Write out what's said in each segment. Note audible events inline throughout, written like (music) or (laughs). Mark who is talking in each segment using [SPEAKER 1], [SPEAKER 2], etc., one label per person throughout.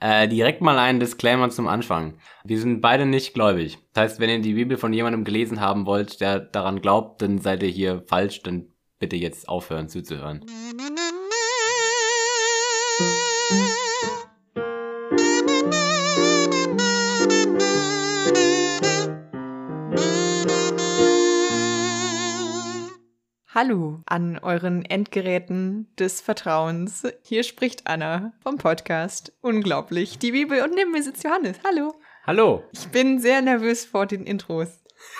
[SPEAKER 1] Äh, direkt mal einen Disclaimer zum Anfang. Wir sind beide nicht gläubig. Das heißt, wenn ihr die Bibel von jemandem gelesen haben wollt, der daran glaubt, dann seid ihr hier falsch, dann bitte jetzt aufhören zuzuhören.
[SPEAKER 2] Hallo an euren Endgeräten des Vertrauens. Hier spricht Anna vom Podcast Unglaublich, die Bibel und neben mir sitzt Johannes. Hallo.
[SPEAKER 1] Hallo!
[SPEAKER 2] Ich bin sehr nervös vor den Intros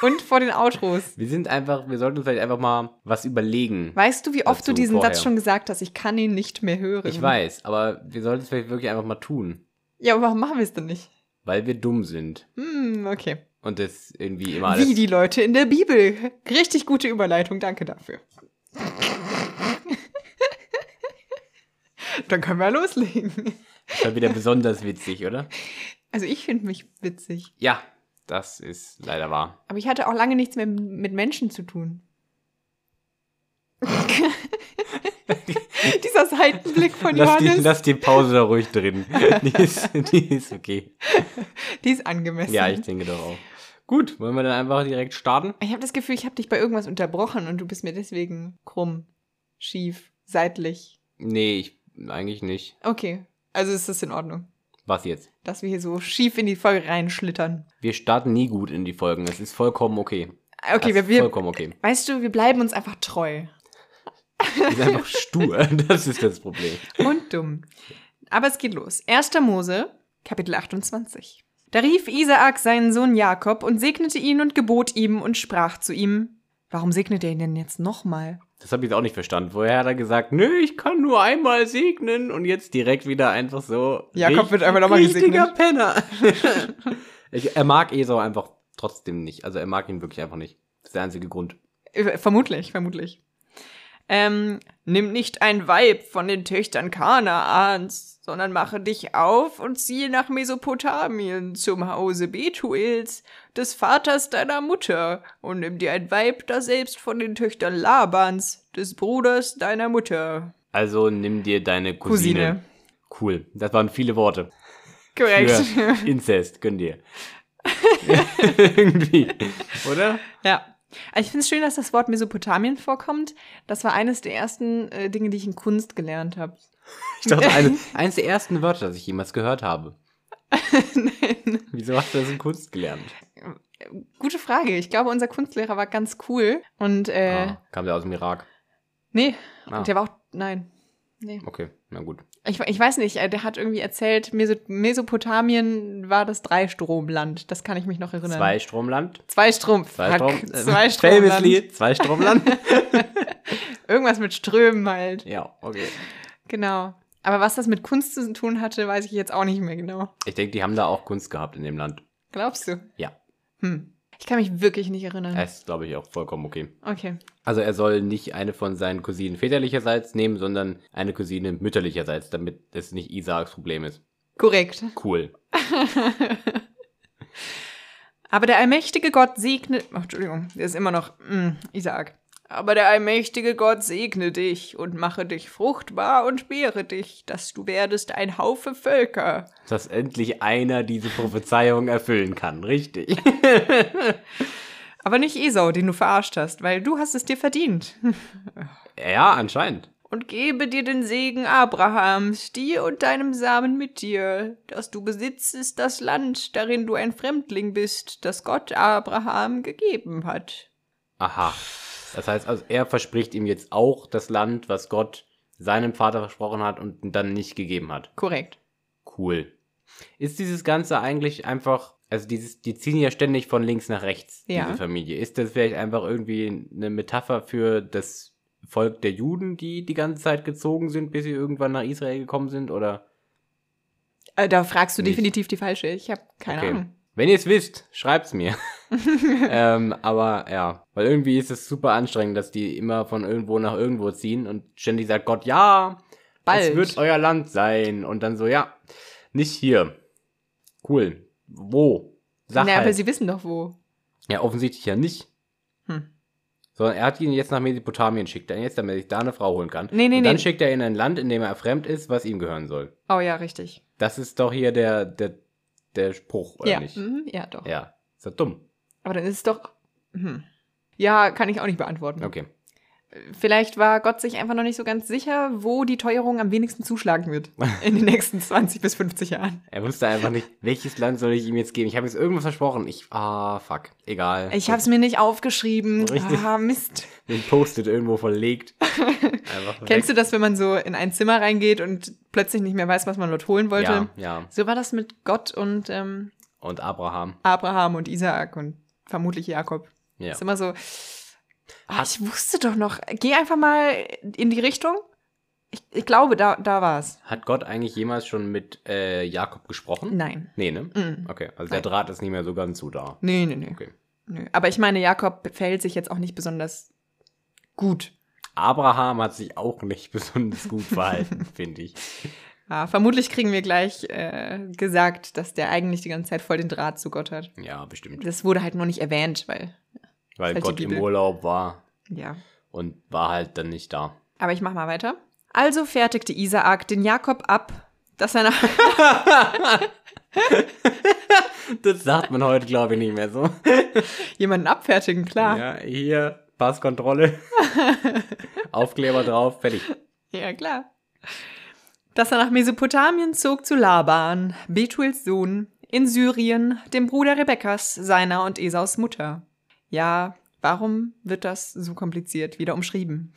[SPEAKER 2] und vor den Outros.
[SPEAKER 1] Wir sind einfach, wir sollten uns vielleicht einfach mal was überlegen.
[SPEAKER 2] Weißt du, wie oft
[SPEAKER 1] Dazu
[SPEAKER 2] du diesen
[SPEAKER 1] vorher.
[SPEAKER 2] Satz schon gesagt hast? Ich kann ihn nicht mehr hören.
[SPEAKER 1] Ich weiß, aber wir sollten es vielleicht wirklich einfach mal tun,
[SPEAKER 2] Ja, aber warum machen wir es denn nicht?
[SPEAKER 1] weil wir dumm sind
[SPEAKER 2] Hm, okay.
[SPEAKER 1] und das irgendwie immer alles.
[SPEAKER 2] Wie die Leute in der Bibel. Richtig gute Überleitung, danke dafür. (laughs) Dann können wir loslegen.
[SPEAKER 1] Das war wieder besonders witzig, oder?
[SPEAKER 2] Also ich finde mich witzig.
[SPEAKER 1] Ja, das ist leider wahr.
[SPEAKER 2] Aber ich hatte auch lange nichts mehr mit Menschen zu
[SPEAKER 1] (laughs)
[SPEAKER 2] tun. Dieser Seitenblick von
[SPEAKER 1] Lass die,
[SPEAKER 2] Johannes,
[SPEAKER 1] lass die Pause da ruhig drin. (laughs) Die ist, die ist okay.
[SPEAKER 2] die ist angemessen.
[SPEAKER 1] Ja, ich denke doch auch. Gut, wollen wir dann einfach direkt starten?
[SPEAKER 2] ich habe das Gefühl, ich habe dich bei irgendwas unterbrochen und du bist mir deswegen krumm, schief, seitlich.
[SPEAKER 1] Nee, ich, eigentlich nicht.
[SPEAKER 2] Okay, also ist das in Ordnung,
[SPEAKER 1] Was jetzt?
[SPEAKER 2] dass wir hier so schief in die Folge reinschlittern.
[SPEAKER 1] Wir starten nie gut in die Folgen. Es ist vollkommen okay.
[SPEAKER 2] Okay,
[SPEAKER 1] das
[SPEAKER 2] wir,
[SPEAKER 1] ist
[SPEAKER 2] wir,
[SPEAKER 1] vollkommen okay.
[SPEAKER 2] weißt du, wir bleiben uns einfach treu
[SPEAKER 1] Wir sind (laughs) einfach stur. Das ist das Problem.
[SPEAKER 2] und dumm. Aber es geht los. 1. Mose, Kapitel 28. Da rief Isaak seinen Sohn Jakob und segnete ihn und gebot ihm und sprach zu ihm. Warum segnet er ihn denn jetzt nochmal?
[SPEAKER 1] Das habe ich jetzt auch nicht verstanden. Vorher hat er gesagt, nö, ich kann nur einmal segnen und jetzt direkt wieder einfach so.
[SPEAKER 2] Jakob wird
[SPEAKER 1] richt-
[SPEAKER 2] einfach nochmal
[SPEAKER 1] Richtiger
[SPEAKER 2] gesegnet.
[SPEAKER 1] (laughs) Penner. ich, er mag Esau einfach trotzdem nicht. Also er mag ihn wirklich einfach nicht. Das ist der einzige Grund.
[SPEAKER 2] Äh, Vermutlich, vermutlich. Ähm, nimm nicht ein Weib von den Töchtern Kanaans, sondern mache dich auf und ziehe nach Mesopotamien zum Hause Betuels, des Vaters deiner Mutter, und nimm dir ein Weib daselbst von den Töchtern Labans, des Bruders deiner Mutter.
[SPEAKER 1] Also nimm dir deine Cousine. Cool. Das waren viele Worte.
[SPEAKER 2] Korrekt.
[SPEAKER 1] Für Inzest, gönn dir. (laughs) Irgendwie. Oder?
[SPEAKER 2] (laughs) Ja. Also ich finde es schön, dass das Wort Mesopotamien vorkommt. Das war eines der ersten äh, Dinge, die ich in Kunst gelernt habe.
[SPEAKER 1] Ich dachte, (laughs) eine, eines der ersten Wörter, das ich jemals gehört habe. Nein. Wieso hast du das in Kunst gelernt?
[SPEAKER 2] Gute Frage. Ich glaube, unser Kunstlehrer war ganz cool. Und äh,
[SPEAKER 1] Ah, kam der aus dem Irak.
[SPEAKER 2] nee,
[SPEAKER 1] Ah,
[SPEAKER 2] der war auch. Nein. Nee.
[SPEAKER 1] okay, na gut.
[SPEAKER 2] Ich, ich weiß nicht, äh, der hat irgendwie erzählt, Meso Mesopotamien war das Dreistromland. Das kann ich mich noch erinnern.
[SPEAKER 1] Zwei Stromland.
[SPEAKER 2] Zwei Strom.
[SPEAKER 1] Zwei (laughs)
[SPEAKER 2] Fuck.
[SPEAKER 1] Strom.
[SPEAKER 2] (laughs) Zwei Stromland.
[SPEAKER 1] Famously, zwei (laughs) Stromland.
[SPEAKER 2] Irgendwas mit Strömen halt.
[SPEAKER 1] ja, okay.
[SPEAKER 2] Genau. Aber was das mit Kunst zu tun hatte, weiß ich jetzt auch nicht mehr genau.
[SPEAKER 1] Ich denke, die haben da auch Kunst gehabt in dem Land.
[SPEAKER 2] Glaubst du?
[SPEAKER 1] Ja. Äh.
[SPEAKER 2] Hm. Ich kann mich wirklich nicht erinnern.
[SPEAKER 1] Das ist, glaube ich, auch vollkommen okay.
[SPEAKER 2] Okay.
[SPEAKER 1] Also er soll nicht eine von seinen Cousinen väterlicherseits nehmen, sondern eine Cousine mütterlicherseits, damit es nicht Isaaks Problem ist.
[SPEAKER 2] Korrekt.
[SPEAKER 1] Cool.
[SPEAKER 2] Aber der allmächtige Gott segnet. Ach, Entschuldigung, der ist immer noch mm, Isaak. Aber der allmächtige Gott segne dich und mache dich fruchtbar und behre dich, dass du werdest ein Haufe Völker.
[SPEAKER 1] Dass endlich einer diese Prophezeiung erfüllen kann, richtig. (laughs)
[SPEAKER 2] Aber nicht Esau, den du verarscht hast, weil du hast es dir verdient. (laughs)
[SPEAKER 1] ja, anscheinend.
[SPEAKER 2] Und gebe dir den Segen Abrahams, dir und deinem Samen mit dir, dass du besitzest das Land, darin du ein Fremdling bist, das Gott Abraham gegeben hat.
[SPEAKER 1] Aha. Das heißt, also er verspricht ihm jetzt auch das Land, was Gott seinem Vater versprochen hat und dann nicht gegeben hat.
[SPEAKER 2] Korrekt.
[SPEAKER 1] Cool. Ist dieses Ganze eigentlich einfach, also dieses, die ziehen ja ständig von links nach rechts,
[SPEAKER 2] Ja.
[SPEAKER 1] diese Familie. Ist das vielleicht einfach irgendwie eine Metapher für das Volk der Juden, die die ganze Zeit gezogen sind, bis sie irgendwann nach Israel gekommen sind? Oder?
[SPEAKER 2] Äh, da fragst du
[SPEAKER 1] Nicht.
[SPEAKER 2] definitiv die falsche. Ich habe keine
[SPEAKER 1] Okay.
[SPEAKER 2] Ahnung.
[SPEAKER 1] Wenn ihr es wisst, schreibt's
[SPEAKER 2] (laughs)
[SPEAKER 1] mir. ähm, aber ja, weil irgendwie ist es super anstrengend, dass die immer von irgendwo nach irgendwo ziehen und ständig sagt Gott, ja,
[SPEAKER 2] Bald.
[SPEAKER 1] Es wird euer Land sein. Und dann so, ja, nicht hier. Cool. Wo? Sag
[SPEAKER 2] naja, aber
[SPEAKER 1] halt.
[SPEAKER 2] sie wissen doch wo.
[SPEAKER 1] Ja, offensichtlich ja nicht.
[SPEAKER 2] Hm.
[SPEAKER 1] Sondern er hat ihn jetzt nach Mesopotamien schickt, dann jetzt, damit er sich da eine Frau holen kann.
[SPEAKER 2] Nee, nee,
[SPEAKER 1] und dann
[SPEAKER 2] nee.
[SPEAKER 1] schickt er ihn in ein Land, in dem er fremd ist, was ihm gehören soll.
[SPEAKER 2] Oh ja, richtig.
[SPEAKER 1] Das ist doch hier der, der, der Spruch, oder
[SPEAKER 2] ja.
[SPEAKER 1] nicht?
[SPEAKER 2] Mhm, ja, doch.
[SPEAKER 1] Ja. Ist doch dumm.
[SPEAKER 2] Aber dann ist es doch. Hm. Ja, kann ich auch nicht beantworten.
[SPEAKER 1] Okay.
[SPEAKER 2] Vielleicht war Gott sich einfach noch nicht so ganz sicher, wo die Teuerung am wenigsten zuschlagen wird
[SPEAKER 1] (laughs)
[SPEAKER 2] in den nächsten 20 bis 50 Jahren.
[SPEAKER 1] Er wusste einfach nicht, welches Land soll ich ihm jetzt geben. Ich habe jetzt irgendwas versprochen. Ich, ah, fuck. Egal.
[SPEAKER 2] Ich habe
[SPEAKER 1] (laughs)
[SPEAKER 2] es mir nicht aufgeschrieben.
[SPEAKER 1] Richtig.
[SPEAKER 2] Ah, Mist.
[SPEAKER 1] Den Post-it irgendwo
[SPEAKER 2] (laughs)
[SPEAKER 1] verlegt. Einfach
[SPEAKER 2] Kennst du das, wenn man so in ein Zimmer reingeht und plötzlich nicht mehr weiß, was man dort holen wollte?
[SPEAKER 1] Ja, ja.
[SPEAKER 2] So war das mit Gott und ähm,
[SPEAKER 1] Und Abraham.
[SPEAKER 2] Abraham und Isaak und vermutlich Jakob.
[SPEAKER 1] Ja.
[SPEAKER 2] Ist immer so, ah,
[SPEAKER 1] Hat-
[SPEAKER 2] ich wusste doch noch. Geh einfach mal in die Richtung. Ich, ich glaube, da, da war es.
[SPEAKER 1] Hat Gott eigentlich jemals schon mit äh, Jakob gesprochen?
[SPEAKER 2] Nein.
[SPEAKER 1] Nee, ne?
[SPEAKER 2] Mm.
[SPEAKER 1] Okay, also der
[SPEAKER 2] Nein.
[SPEAKER 1] Draht ist nicht mehr so ganz so da.
[SPEAKER 2] Nee, nee, nee.
[SPEAKER 1] Okay.
[SPEAKER 2] Nö. Aber ich meine, Jakob verhält sich jetzt auch nicht besonders gut.
[SPEAKER 1] Abraham hat sich auch nicht (laughs) besonders gut
[SPEAKER 2] (laughs)
[SPEAKER 1] verhalten, finde ich.
[SPEAKER 2] Ja, vermutlich kriegen wir gleich äh, gesagt, dass der eigentlich die ganze Zeit voll den Draht zu Gott hat.
[SPEAKER 1] Ja, bestimmt.
[SPEAKER 2] Das wurde halt nur nicht erwähnt, weil,
[SPEAKER 1] Weil
[SPEAKER 2] halt die
[SPEAKER 1] Gott im
[SPEAKER 2] Bibel.
[SPEAKER 1] Urlaub war
[SPEAKER 2] ja.
[SPEAKER 1] und war halt dann nicht da.
[SPEAKER 2] Aber ich mach mal weiter. Also fertigte Isaak den Jakob ab, dass er nach. (laughs)
[SPEAKER 1] Das sagt man heute, glaube ich, nicht mehr so.
[SPEAKER 2] Jemanden abfertigen, klar.
[SPEAKER 1] Ja, hier, Passkontrolle. Aufkleber drauf, fertig.
[SPEAKER 2] Ja, klar. Dass er nach Mesopotamien zog zu Laban, Betuels Sohn, in Syrien, dem Bruder Rebekkas, seiner und Esaus Mutter. Ja, warum wird das so kompliziert wieder umschrieben?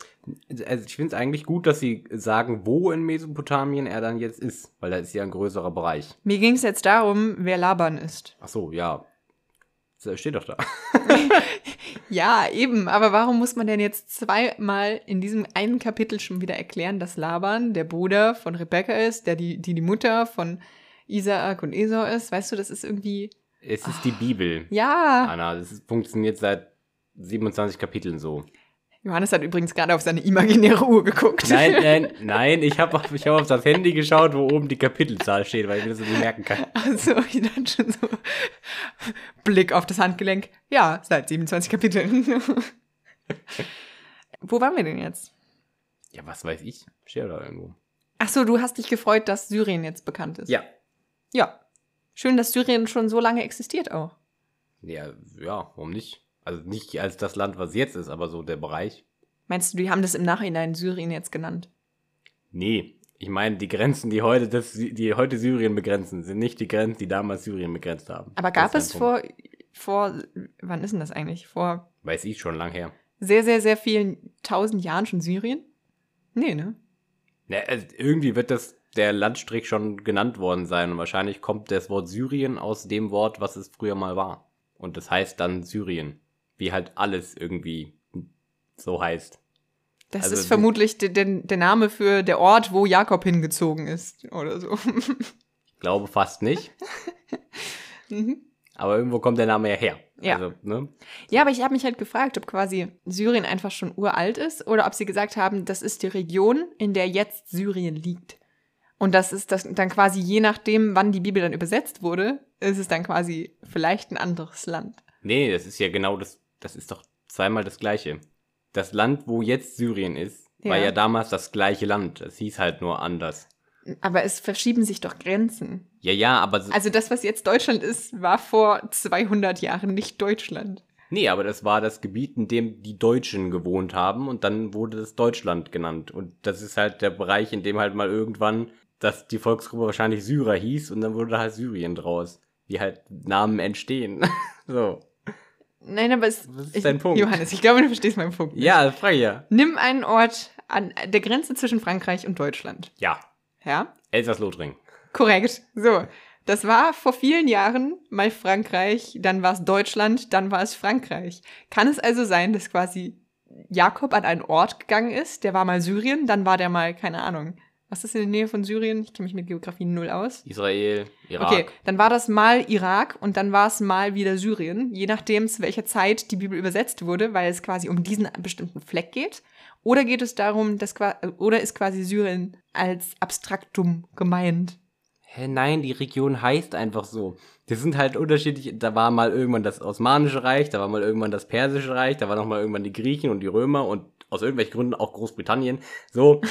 [SPEAKER 1] Also ich finde es eigentlich gut, dass sie sagen, wo in Mesopotamien er dann jetzt ist, weil da ist ja ein größerer Bereich.
[SPEAKER 2] Mir ging es jetzt darum, wer Laban ist.
[SPEAKER 1] Ach so, ja. Das steht doch da.
[SPEAKER 2] Ja, eben, aber warum muss man denn jetzt zweimal in diesem einen Kapitel schon wieder erklären, dass Laban der Bruder von Rebekka ist, der die, die, die Mutter von Isaak und Esau ist? Weißt du, das ist irgendwie.
[SPEAKER 1] Es ist die Bibel,
[SPEAKER 2] Ja.
[SPEAKER 1] Anna. Das ist, funktioniert seit 27 Kapiteln so.
[SPEAKER 2] Johannes hat übrigens gerade auf seine imaginäre Uhr geguckt.
[SPEAKER 1] Nein, äh, nein, nein, ich habe auf, ich hab auf das Handy geschaut, wo oben die Kapitelzahl steht, weil ich mir das nicht merken kann.
[SPEAKER 2] (laughs) Also, ich dachte schon so, Blick auf das Handgelenk. Ja, seit 27 Kapiteln. (laughs) Wo waren wir denn jetzt?
[SPEAKER 1] Ja, was weiß ich? Steht da irgendwo.
[SPEAKER 2] Ach so, du hast dich gefreut, dass Syrien jetzt bekannt ist.
[SPEAKER 1] Ja.
[SPEAKER 2] Ja. Schön, dass Syrien schon so lange existiert auch.
[SPEAKER 1] Ja, ja, warum nicht? Also nicht als das Land, was jetzt ist, aber so der Bereich.
[SPEAKER 2] Meinst du, die haben das im Nachhinein Syrien jetzt genannt?
[SPEAKER 1] Nee, ich meine, die Grenzen, die heute, das, die heute Syrien begrenzen, sind nicht die Grenzen, die damals Syrien begrenzt haben.
[SPEAKER 2] Aber
[SPEAKER 1] Das
[SPEAKER 2] gab
[SPEAKER 1] ist
[SPEAKER 2] es
[SPEAKER 1] mein Punkt.
[SPEAKER 2] vor, vor, wann ist denn das eigentlich? Vor
[SPEAKER 1] Weiß ich schon lang her.
[SPEAKER 2] sehr, sehr, sehr vielen tausend Jahren schon Syrien? Nee, ne?
[SPEAKER 1] Na, also irgendwie wird das der Landstrich schon genannt worden sein und wahrscheinlich kommt das Wort Syrien aus dem Wort, was es früher mal war. Und das heißt dann Syrien. Wie halt alles irgendwie so heißt.
[SPEAKER 2] Das
[SPEAKER 1] Also
[SPEAKER 2] ist
[SPEAKER 1] die-
[SPEAKER 2] vermutlich de- de- der Name für der Ort, wo Jakob hingezogen ist oder so. (laughs)
[SPEAKER 1] Ich glaube fast nicht,
[SPEAKER 2] Mhm.
[SPEAKER 1] aber irgendwo kommt der Name ja her.
[SPEAKER 2] Ja.
[SPEAKER 1] Also, ne?
[SPEAKER 2] ja, aber ich habe mich halt gefragt, ob quasi Syrien einfach schon uralt ist oder ob sie gesagt haben, das ist die Region, in der jetzt Syrien liegt. Und das ist das dann quasi je nachdem, wann die Bibel dann übersetzt wurde, ist es dann quasi vielleicht ein anderes Land.
[SPEAKER 1] Nee, das ist ja genau das, das ist doch zweimal das Gleiche. Das Land, wo jetzt Syrien ist, war
[SPEAKER 2] Ja.
[SPEAKER 1] ja damals das gleiche Land. Es hieß halt nur anders.
[SPEAKER 2] Aber es verschieben sich doch Grenzen.
[SPEAKER 1] Ja, ja, aber so-
[SPEAKER 2] Also das, was jetzt Deutschland ist, war vor 200 Jahren nicht Deutschland.
[SPEAKER 1] Nee, aber das war das Gebiet, in dem die Deutschen gewohnt haben und dann wurde das Deutschland genannt. Und das ist halt der Bereich, in dem halt mal irgendwann, dass die Volksgruppe wahrscheinlich Syrer hieß und dann wurde da halt Syrien draus. Wie halt Namen entstehen. (laughs) so.
[SPEAKER 2] Nein, aber es
[SPEAKER 1] Das ist
[SPEAKER 2] ich-
[SPEAKER 1] dein Punkt.
[SPEAKER 2] Johannes, ich glaube, du verstehst meinen Punkt. nicht.
[SPEAKER 1] Ja, frag ich ja.
[SPEAKER 2] Nimm einen Ort an der Grenze zwischen Frankreich und Deutschland.
[SPEAKER 1] Ja,
[SPEAKER 2] Ja?
[SPEAKER 1] Elsass-Lothringen.
[SPEAKER 2] Korrekt. So. Das war vor vielen Jahren mal Frankreich, dann war es Deutschland, dann war es Frankreich. Kann es also sein, dass quasi Jakob an einen Ort gegangen ist, der war mal Syrien, dann war der mal, keine Ahnung. Was ist in der Nähe von Syrien? Ich kenne mich mit Geografie null aus.
[SPEAKER 1] Israel, Irak.
[SPEAKER 2] Okay, dann war das mal Irak und dann war es mal wieder Syrien, je nachdem, zu welcher Zeit die Bibel übersetzt wurde, weil es quasi um diesen bestimmten Fleck geht. Oder geht es darum, dass qua- oder ist quasi Syrien als Abstraktum gemeint?
[SPEAKER 1] Hä, nein, die Region heißt einfach so. Das sind halt unterschiedlich. Da war mal irgendwann das Osmanische Reich, da war mal irgendwann das Persische Reich, da war nochmal irgendwann die Griechen und die Römer und aus irgendwelchen Gründen auch Großbritannien. So.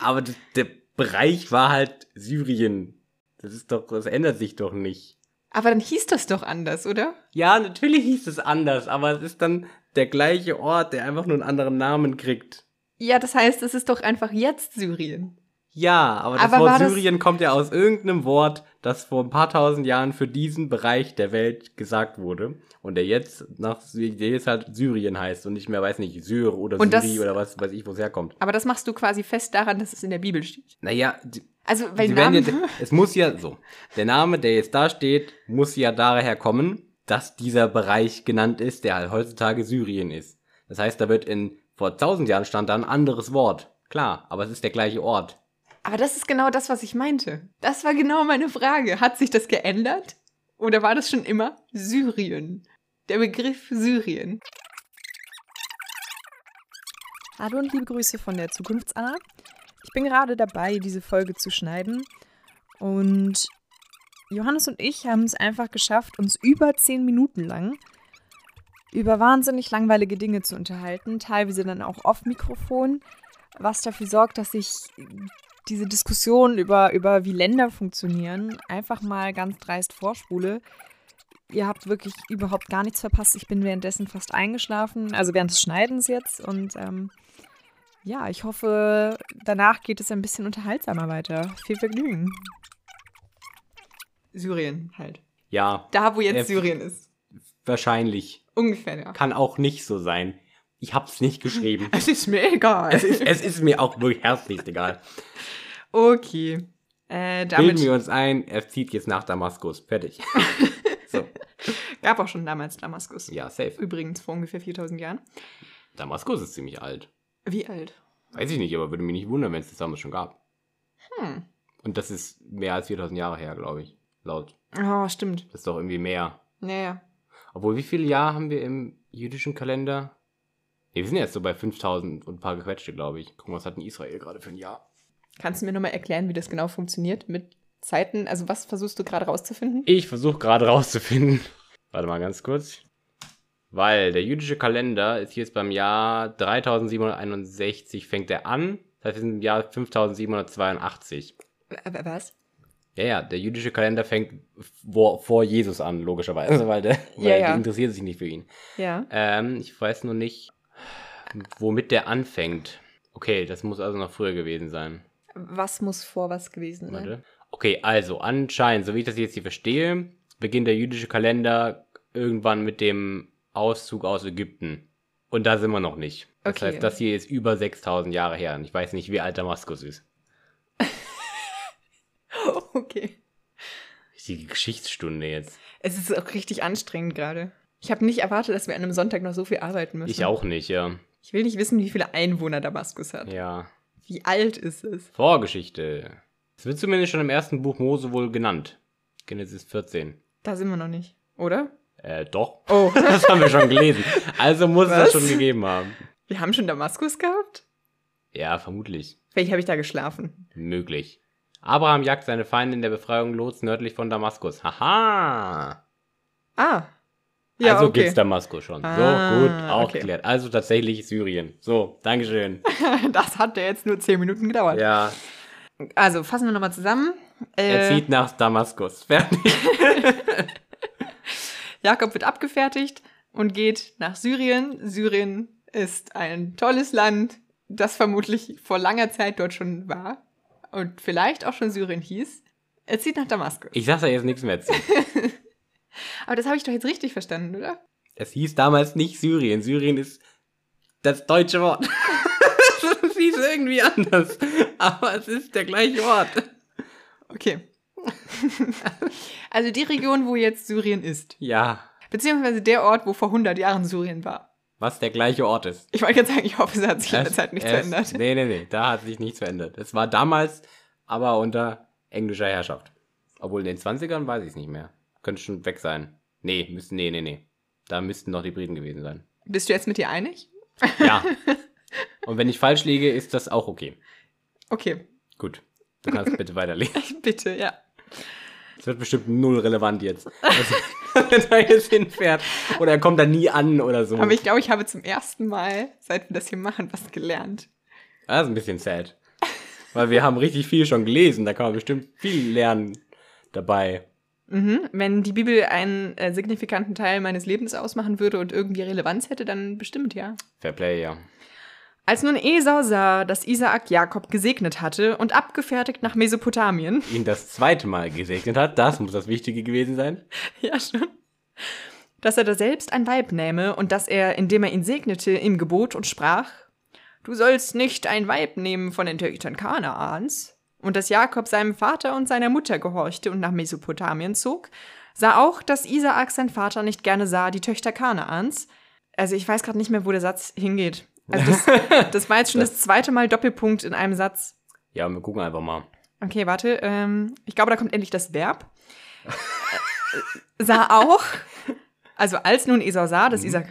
[SPEAKER 1] Aber d- der Bereich war halt Syrien. Das ist doch, das ändert sich doch nicht.
[SPEAKER 2] Aber dann hieß das doch anders, oder?
[SPEAKER 1] Ja, natürlich hieß es anders, aber es ist dann der gleiche Ort, der einfach nur einen anderen Namen kriegt.
[SPEAKER 2] Ja, das heißt, es ist doch einfach jetzt Syrien.
[SPEAKER 1] Ja, aber das
[SPEAKER 2] Aber war
[SPEAKER 1] Wort
[SPEAKER 2] das-
[SPEAKER 1] Syrien kommt ja aus irgendeinem Wort, das vor ein paar tausend Jahren für diesen Bereich der Welt gesagt wurde und der jetzt nach der jetzt halt Syrien heißt und nicht mehr weiß nicht Syr oder
[SPEAKER 2] Und das-
[SPEAKER 1] Syri oder was weiß ich, wo es herkommt.
[SPEAKER 2] Aber das machst du quasi fest daran, dass es in der Bibel steht.
[SPEAKER 1] Naja, die,
[SPEAKER 2] Also, weil
[SPEAKER 1] sie werden
[SPEAKER 2] Namen.
[SPEAKER 1] ja, es muss ja so. Der Name, der jetzt da steht, muss ja daher kommen, dass dieser Bereich genannt ist, der halt heutzutage Syrien ist. Das heißt, da wird in vor tausend Jahren stand da ein anderes Wort. Klar, aber es ist der gleiche Ort.
[SPEAKER 2] Aber das ist genau das, was ich meinte. Das war genau meine Frage. Hat sich das geändert? Oder war das schon immer Syrien? Der Begriff Syrien.
[SPEAKER 3] Hallo und liebe Grüße von der Zukunftsanna. Ich bin gerade dabei, diese Folge zu schneiden. Und Johannes und ich haben es einfach geschafft, uns über zehn Minuten lang über wahnsinnig langweilige Dinge zu unterhalten, teilweise dann auch off Mikrofon, was dafür sorgt, dass ich diese Diskussion über, über wie Länder funktionieren einfach mal ganz dreist vorspule. Ihr habt wirklich überhaupt gar nichts verpasst. Ich bin währenddessen fast eingeschlafen, also während des Schneidens jetzt. Und ähm, ja, ich hoffe, danach geht es ein bisschen unterhaltsamer weiter. Viel Vergnügen.
[SPEAKER 2] Syrien halt.
[SPEAKER 1] Ja,
[SPEAKER 2] Da, wo jetzt
[SPEAKER 1] Äh,
[SPEAKER 2] Syrien ist.
[SPEAKER 1] wahrscheinlich.
[SPEAKER 2] Ungefähr da.
[SPEAKER 1] Kann auch nicht so sein. Ich hab's
[SPEAKER 2] (laughs)
[SPEAKER 1] nicht geschrieben.
[SPEAKER 2] Es ist mir egal.
[SPEAKER 1] es, ist, es ist mir auch wirklich herzlichst egal.
[SPEAKER 2] (laughs) okay. Äh,
[SPEAKER 1] Bilden wir
[SPEAKER 2] (laughs) damit
[SPEAKER 1] uns ein, er zieht jetzt nach Damaskus.
[SPEAKER 2] (laughs)
[SPEAKER 1] Fertig. so,
[SPEAKER 2] gab auch schon damals Damaskus.
[SPEAKER 1] ja, safe.
[SPEAKER 2] Übrigens vor ungefähr 4000 Jahren.
[SPEAKER 1] Damaskus ist ziemlich alt.
[SPEAKER 2] Wie alt?
[SPEAKER 1] Weiß ich nicht, aber würde mich nicht wundern, wenn es das damals schon gab.
[SPEAKER 2] Hm.
[SPEAKER 1] Und das ist mehr als 4000 Jahre her, glaube ich. Laut.
[SPEAKER 2] Oh, stimmt.
[SPEAKER 1] Das ist doch irgendwie mehr.
[SPEAKER 2] Naja.
[SPEAKER 1] Obwohl, wie viele Jahre haben wir im jüdischen Kalender? Nee, wir sind jetzt so bei 5000 und ein paar gequetschte, glaube ich. Guck mal, was hat denn Israel gerade für ein Jahr?
[SPEAKER 2] Kannst du mir nochmal erklären, wie das genau funktioniert mit Zeiten? Also was versuchst du gerade rauszufinden?
[SPEAKER 1] Ich versuche gerade rauszufinden. (laughs) Warte mal ganz kurz. Weil der jüdische Kalender ist jetzt beim Jahr 3761 fängt er an. Das heißt, wir sind im Jahr 5782.
[SPEAKER 2] Äh, Was?
[SPEAKER 1] Ja, ja, der jüdische Kalender fängt vor, vor Jesus an, logischerweise, weil der, weil
[SPEAKER 2] (laughs) Ja, ja.
[SPEAKER 1] der interessiert sich nicht für ihn.
[SPEAKER 2] Ja.
[SPEAKER 1] Ähm, ich weiß nur nicht, womit der anfängt. Okay, das muss also noch früher gewesen sein.
[SPEAKER 2] Was muss vor was gewesen sein?
[SPEAKER 1] Warte. Okay, also anscheinend, so wie ich das jetzt hier verstehe, beginnt der jüdische Kalender irgendwann mit dem Auszug aus Ägypten. Und da sind wir noch nicht. Das
[SPEAKER 2] Okay.
[SPEAKER 1] heißt, das hier ist über 6000 Jahre her. Und ich weiß nicht, wie alt Damaskus ist.
[SPEAKER 2] (laughs) Okay.
[SPEAKER 1] Richtige Geschichtsstunde jetzt.
[SPEAKER 2] Es ist auch richtig anstrengend gerade. Ich habe nicht erwartet, dass wir an einem Sonntag noch so viel arbeiten müssen.
[SPEAKER 1] Ich auch nicht, ja.
[SPEAKER 2] Ich will nicht wissen, wie viele Einwohner Damaskus hat.
[SPEAKER 1] Ja.
[SPEAKER 2] Wie alt ist es?
[SPEAKER 1] Vorgeschichte. Es wird zumindest schon im ersten Buch Mose wohl genannt. Genesis 14.
[SPEAKER 2] Da sind wir noch nicht, oder?
[SPEAKER 1] Äh, doch. (laughs)
[SPEAKER 2] Oh,
[SPEAKER 1] Das haben wir schon gelesen. Also muss es das
[SPEAKER 2] Was?
[SPEAKER 1] schon gegeben haben.
[SPEAKER 2] (laughs) wir haben schon Damaskus gehabt?
[SPEAKER 1] Ja, vermutlich.
[SPEAKER 2] Vielleicht habe ich da geschlafen.
[SPEAKER 1] Möglich. Abraham jagt seine Feinde in der Befreiung Lots nördlich von Damaskus. Haha!
[SPEAKER 2] Ah. Ja,
[SPEAKER 1] also
[SPEAKER 2] okay.
[SPEAKER 1] gibt's Damaskus schon. so,
[SPEAKER 2] Ah,
[SPEAKER 1] gut, auch
[SPEAKER 2] okay.
[SPEAKER 1] geklärt. Also tatsächlich Syrien. So, (laughs) Dankeschön.
[SPEAKER 2] (laughs) Das hat ja jetzt nur zehn Minuten gedauert.
[SPEAKER 1] ja,
[SPEAKER 2] Also fassen wir nochmal zusammen.
[SPEAKER 1] er
[SPEAKER 2] Äh,
[SPEAKER 1] zieht nach Damaskus. Fertig.
[SPEAKER 2] Jakob wird abgefertigt und geht nach Syrien. Syrien ist ein tolles Land, das vermutlich vor langer Zeit dort schon war und vielleicht auch schon Syrien hieß. Er zieht nach Damaskus.
[SPEAKER 1] Ich sag da jetzt nichts mehr zu.
[SPEAKER 2] Aber das habe ich doch jetzt richtig verstanden, oder?
[SPEAKER 1] Es hieß damals nicht Syrien. Syrien ist das deutsche (laughs) Wort. Es hieß irgendwie anders. Aber es ist der gleiche Ort.
[SPEAKER 2] Okay. (laughs) also die Region, wo jetzt Syrien ist.
[SPEAKER 1] Ja,
[SPEAKER 2] Beziehungsweise der Ort, wo vor 100 Jahren Syrien war.
[SPEAKER 1] was der gleiche Ort ist.
[SPEAKER 2] Ich wollte jetzt sagen, ich hoffe, es hat sich in der
[SPEAKER 1] Es-
[SPEAKER 2] Zeit nichts
[SPEAKER 1] es-
[SPEAKER 2] verändert.
[SPEAKER 1] Nee, nee, nee, da hat sich nichts verändert. Es war damals, aber unter englischer Herrschaft. Obwohl in den 20ern weiß ich es nicht mehr. Könnte schon weg sein. Nee, müssen, nee, nee, nee. Da müssten noch die Briten gewesen sein.
[SPEAKER 2] Bist du jetzt mit dir einig?
[SPEAKER 1] Ja.
[SPEAKER 2] (laughs)
[SPEAKER 1] Und wenn ich falsch liege, ist das auch okay.
[SPEAKER 2] Okay, (laughs)
[SPEAKER 1] Gut. Du kannst bitte weiterlesen.
[SPEAKER 2] bitte, ja.
[SPEAKER 1] Es wird bestimmt null relevant jetzt. Also, (laughs) wenn er jetzt hinfährt. Oder er kommt da nie an oder so.
[SPEAKER 2] Aber ich glaube, ich habe zum ersten Mal, seit wir das hier machen, was gelernt.
[SPEAKER 1] Das ist ein bisschen sad. Weil wir haben richtig viel schon gelesen, da kann man bestimmt viel lernen. dabei.
[SPEAKER 2] Mhm. Wenn die Bibel einen äh, signifikanten Teil meines Lebens ausmachen würde und irgendwie Relevanz hätte, dann bestimmt ja.
[SPEAKER 1] Fair Play, ja.
[SPEAKER 2] Als nun Esau sah, dass Isaak Jakob gesegnet hatte und abgefertigt nach Mesopotamien,
[SPEAKER 1] Ihn das zweite Mal gesegnet hat, das muss das Wichtige gewesen sein.
[SPEAKER 2] (laughs) ja schon, dass er da selbst ein Weib nähme und dass er, indem er ihn segnete, ihm gebot und sprach, du sollst nicht ein Weib nehmen von den Töchtern Kanaans, und dass Jakob seinem Vater und seiner Mutter gehorchte und nach Mesopotamien zog, sah auch, dass Isaak sein Vater nicht gerne sah, die Töchter Kanaans. Also ich weiß gerade nicht mehr, wo der Satz hingeht. Also das, das war jetzt schon das, zweite Mal Doppelpunkt in einem Satz.
[SPEAKER 1] Ja, wir gucken einfach mal.
[SPEAKER 2] Okay, warte. Ähm, ich glaube, da kommt endlich das Verb. Äh, sah auch, also als nun Esau sah, dass Isaac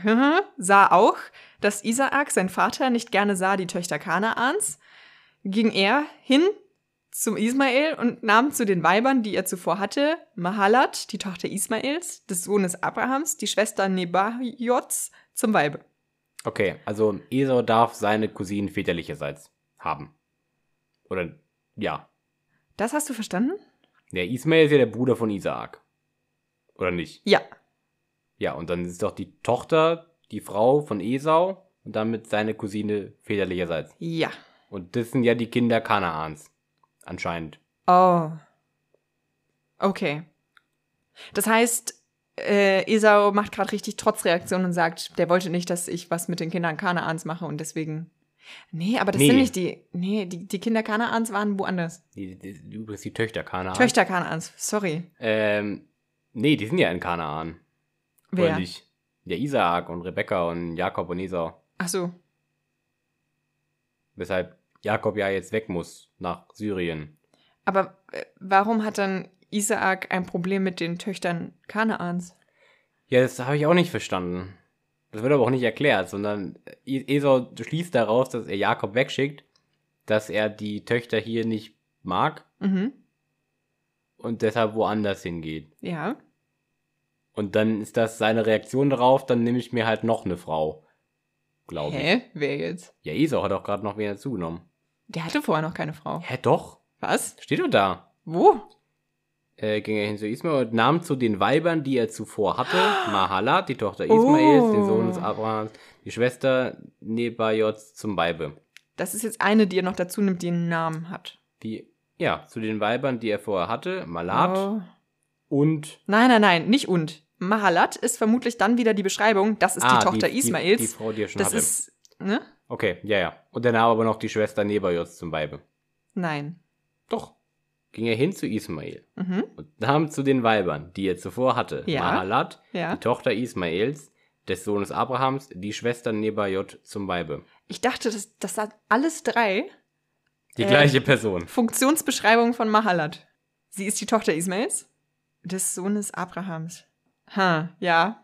[SPEAKER 2] sah auch, dass Isaak, sein Vater, nicht gerne sah die Töchter Kanaans, ging er hin zum Ismael und nahm zu den Weibern, die er zuvor hatte, Mahalat, die Tochter Ismaels, des Sohnes Abrahams, die Schwester Nebajots, zum Weibe.
[SPEAKER 1] Okay, also Esau darf seine Cousinen väterlicherseits haben. Oder, ja.
[SPEAKER 2] Das hast du verstanden?
[SPEAKER 1] Der Ismael ist ja der Bruder von Isaak. Oder nicht?
[SPEAKER 2] Ja.
[SPEAKER 1] Ja, und dann ist doch die Tochter, die Frau von Esau und damit seine Cousine väterlicherseits.
[SPEAKER 2] Ja.
[SPEAKER 1] Und das sind ja die Kinder Kanaans. Anscheinend.
[SPEAKER 2] Oh. Okay. Das heißt, äh, Esau macht gerade richtig Trotzreaktion und sagt, der wollte nicht, dass ich was mit den Kindern Kanaans mache und deswegen. Nee, aber das
[SPEAKER 1] Nee.
[SPEAKER 2] sind nicht die. Nee, die, die Kinder Kanaans waren woanders.
[SPEAKER 1] Die, die, die, übrigens die Töchter Kanaan.
[SPEAKER 2] Töchter Kanaans, sorry.
[SPEAKER 1] Ähm, nee, die sind ja in Kanaan. Oder
[SPEAKER 2] Wer?
[SPEAKER 1] nicht? Ja, Isaak und Rebekka und Jakob und Esau.
[SPEAKER 2] Ach so.
[SPEAKER 1] Weshalb Jakob ja jetzt weg muss nach Syrien.
[SPEAKER 2] Aber äh, warum hat dann Isaak ein Problem mit den Töchtern Kanaans?
[SPEAKER 1] Ja, das habe ich auch nicht verstanden. Das wird aber auch nicht erklärt, sondern E- Esau schließt daraus, dass er Jakob wegschickt, dass er die Töchter hier nicht mag
[SPEAKER 2] Mhm.
[SPEAKER 1] und deshalb woanders hingeht.
[SPEAKER 2] Ja.
[SPEAKER 1] Und dann ist das seine Reaktion darauf, dann nehme ich mir halt noch eine Frau. Glaube ich.
[SPEAKER 2] Hä? Wer jetzt?
[SPEAKER 1] Ja, Esau hat auch gerade noch wen dazugenommen.
[SPEAKER 2] Der hatte vorher noch keine Frau.
[SPEAKER 1] Hä, doch?
[SPEAKER 2] Was?
[SPEAKER 1] Steht doch da.
[SPEAKER 2] Wo?
[SPEAKER 1] äh, ging er hin zu Ismael und nahm zu den Weibern, die er zuvor
[SPEAKER 2] (gasps)
[SPEAKER 1] hatte, Mahalat, die Tochter Ismaels, den Sohn des
[SPEAKER 2] Oh.
[SPEAKER 1] Abrahams, die Schwester Nebajots zum Weibe.
[SPEAKER 2] Das ist jetzt eine, die er noch dazu nimmt, die einen Namen hat.
[SPEAKER 1] Die, ja, zu den Weibern, die er vorher hatte, Malat
[SPEAKER 2] Oh.
[SPEAKER 1] und
[SPEAKER 2] Nein, nein, nein, nicht und. Mahalat ist vermutlich dann wieder die Beschreibung, das ist
[SPEAKER 1] Ah,
[SPEAKER 2] die Tochter Ismaels.
[SPEAKER 1] Die, die Frau, die er schon
[SPEAKER 2] das
[SPEAKER 1] hatte.
[SPEAKER 2] ist, ne?
[SPEAKER 1] okay, ja, ja. Und er nahm aber noch die Schwester Nebajots zum Weibe.
[SPEAKER 2] Nein.
[SPEAKER 1] Doch. Ging er hin zu Ismael
[SPEAKER 2] Mhm,
[SPEAKER 1] und nahm zu den Weibern, die er zuvor hatte,
[SPEAKER 2] Ja.
[SPEAKER 1] Mahalat,
[SPEAKER 2] ja.
[SPEAKER 1] die Tochter Ismaels, des Sohnes Abrahams, die Schwester Nebajot zum Weibe.
[SPEAKER 2] Ich dachte, das, das sind alles drei
[SPEAKER 1] Die
[SPEAKER 2] Äh.
[SPEAKER 1] gleiche Person.
[SPEAKER 2] Funktionsbeschreibungen von Mahalat. Sie ist die Tochter Ismaels, des Sohnes Abrahams. Ha, ja.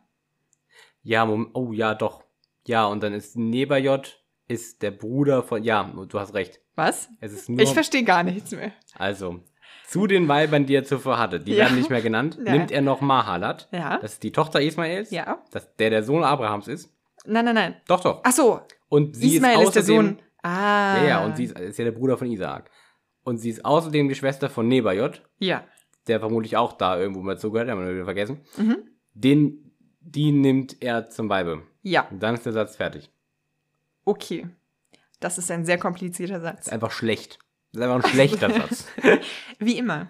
[SPEAKER 1] Ja, Mom- oh ja, doch. Ja, und dann ist Nebajot ist der Bruder von. Ja, du hast recht.
[SPEAKER 2] Was?
[SPEAKER 1] Es ist nur.
[SPEAKER 2] Ich verstehe gar nichts mehr.
[SPEAKER 1] also, zu den Weibern, die er zuvor hatte, die
[SPEAKER 2] Ja.
[SPEAKER 1] werden nicht mehr genannt,
[SPEAKER 2] (laughs) Ja.
[SPEAKER 1] nimmt er noch Mahalat.
[SPEAKER 2] Ja.
[SPEAKER 1] Das ist die Tochter Ismaels.
[SPEAKER 2] Ja.
[SPEAKER 1] Das, der der Sohn Abrahams ist.
[SPEAKER 2] Nein, nein, nein.
[SPEAKER 1] Doch, doch.
[SPEAKER 2] Ach so,
[SPEAKER 1] Und sie
[SPEAKER 2] Ismael
[SPEAKER 1] ist,
[SPEAKER 2] ist,
[SPEAKER 1] außerdem,
[SPEAKER 2] der Sohn. Ah.
[SPEAKER 1] Ja, ja, und sie ist, ist ja der Bruder von Isaak. Und sie ist außerdem die Schwester von Nebajot,
[SPEAKER 2] Ja.
[SPEAKER 1] der vermutlich auch da irgendwo mal zugehört, haben wir wieder vergessen.
[SPEAKER 2] Mhm.
[SPEAKER 1] Den, die nimmt er zum Weibe.
[SPEAKER 2] Ja,
[SPEAKER 1] Und dann ist der Satz fertig.
[SPEAKER 2] okay. Das ist ein sehr komplizierter Satz.
[SPEAKER 1] Ist einfach schlecht. Ist einfach ein schlechter
[SPEAKER 2] (laughs)
[SPEAKER 1] Satz.
[SPEAKER 2] Wie immer.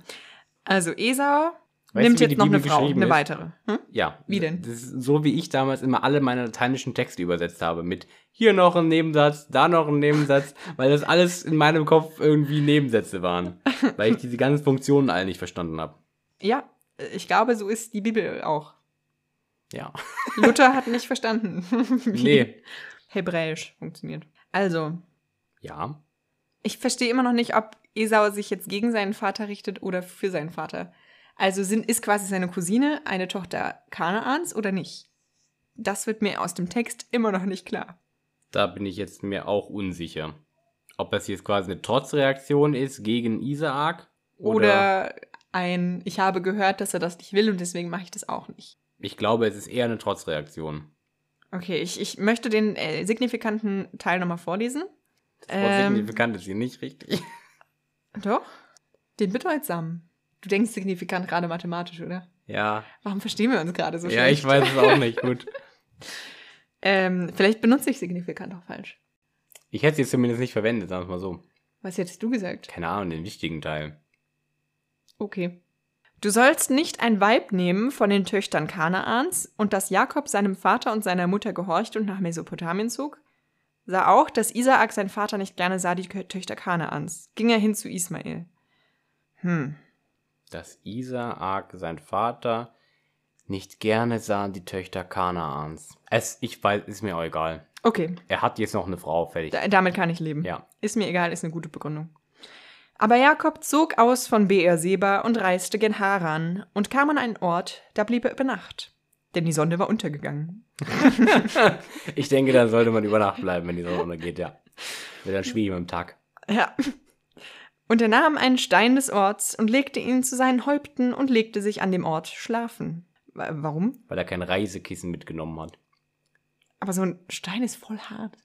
[SPEAKER 2] Also Esau
[SPEAKER 1] Weißt du,
[SPEAKER 2] nimmt
[SPEAKER 1] wie
[SPEAKER 2] jetzt
[SPEAKER 1] die
[SPEAKER 2] noch
[SPEAKER 1] Bibel
[SPEAKER 2] eine Frau,
[SPEAKER 1] geschrieben
[SPEAKER 2] eine
[SPEAKER 1] ist?
[SPEAKER 2] weitere. Hm?
[SPEAKER 1] Ja.
[SPEAKER 2] Wie denn?
[SPEAKER 1] Das ist so, wie ich damals immer alle meine lateinischen Texte übersetzt habe. Mit hier noch ein Nebensatz, da noch ein
[SPEAKER 2] (laughs)
[SPEAKER 1] Nebensatz, weil das alles in meinem Kopf irgendwie Nebensätze waren. Weil ich diese ganzen Funktionen alle nicht verstanden
[SPEAKER 2] (laughs)
[SPEAKER 1] habe.
[SPEAKER 2] Ja, ich glaube, so ist die Bibel auch.
[SPEAKER 1] Ja. (laughs)
[SPEAKER 2] Luther hat nicht verstanden, (laughs) wie
[SPEAKER 1] Nee.
[SPEAKER 2] Hebräisch funktioniert. Also,
[SPEAKER 1] Ja.
[SPEAKER 2] ich verstehe immer noch nicht, ob Esau sich jetzt gegen seinen Vater richtet oder für seinen Vater. Also sind, ist quasi seine Cousine eine Tochter Kanaans oder nicht? Das wird mir aus dem Text immer noch nicht klar.
[SPEAKER 1] Da bin ich jetzt mir auch unsicher. Ob das jetzt quasi eine Trotzreaktion ist gegen Isaak oder.
[SPEAKER 2] Oder, ein, ich habe gehört, dass er das nicht will und deswegen mache ich das auch nicht.
[SPEAKER 1] Ich glaube, es ist eher eine Trotzreaktion.
[SPEAKER 2] Okay, ich, ich möchte den äh, signifikanten Teil nochmal vorlesen.
[SPEAKER 1] Das Wort
[SPEAKER 2] Ähm. (laughs)
[SPEAKER 1] signifikant ist hier nicht richtig.
[SPEAKER 2] Doch. Den bedeutsamen. Du denkst signifikant gerade mathematisch, oder?
[SPEAKER 1] Ja.
[SPEAKER 2] Warum verstehen wir uns gerade so
[SPEAKER 1] ja,
[SPEAKER 2] schlecht?
[SPEAKER 1] ich weiß es auch
[SPEAKER 2] (laughs)
[SPEAKER 1] nicht. Gut.
[SPEAKER 2] Ähm, vielleicht benutze ich signifikant auch falsch.
[SPEAKER 1] Ich hätte sie zumindest nicht verwendet, sagen wir mal so.
[SPEAKER 2] Was hättest du gesagt?
[SPEAKER 1] Keine Ahnung, den wichtigen Teil.
[SPEAKER 2] Okay. Du sollst nicht ein Weib nehmen von den Töchtern Kanaans und dass Jakob seinem Vater und seiner Mutter gehorcht und nach Mesopotamien zog, sah auch, dass Isaak sein Vater nicht gerne sah die Kö- Töchter Kanaans. Ging er hin zu Ismael. Hm.
[SPEAKER 1] Dass Isaak, sein Vater, nicht gerne sah die Töchter Kanaans. Es, ich weiß, ist mir auch egal.
[SPEAKER 2] Okay,
[SPEAKER 1] Er hat jetzt noch eine Frau, fertig.
[SPEAKER 2] da, damit kann ich leben.
[SPEAKER 1] Ja.
[SPEAKER 2] Ist mir egal, ist eine gute Begründung. Aber Jakob zog aus von Beerseba und reiste gen Haran und kam an einen Ort, da blieb er über Nacht. Denn die Sonne war untergegangen. (laughs)
[SPEAKER 1] Ich denke, dann sollte man über Nacht bleiben, wenn die Sonne untergeht, ja. Wird dann schwierig mit dem Tag.
[SPEAKER 2] Ja. Und er nahm einen Stein des Orts und legte ihn zu seinen Häupten und legte sich an dem Ort schlafen. Wa- Warum?
[SPEAKER 1] Weil er kein Reisekissen mitgenommen hat.
[SPEAKER 2] Aber so ein Stein ist voll hart.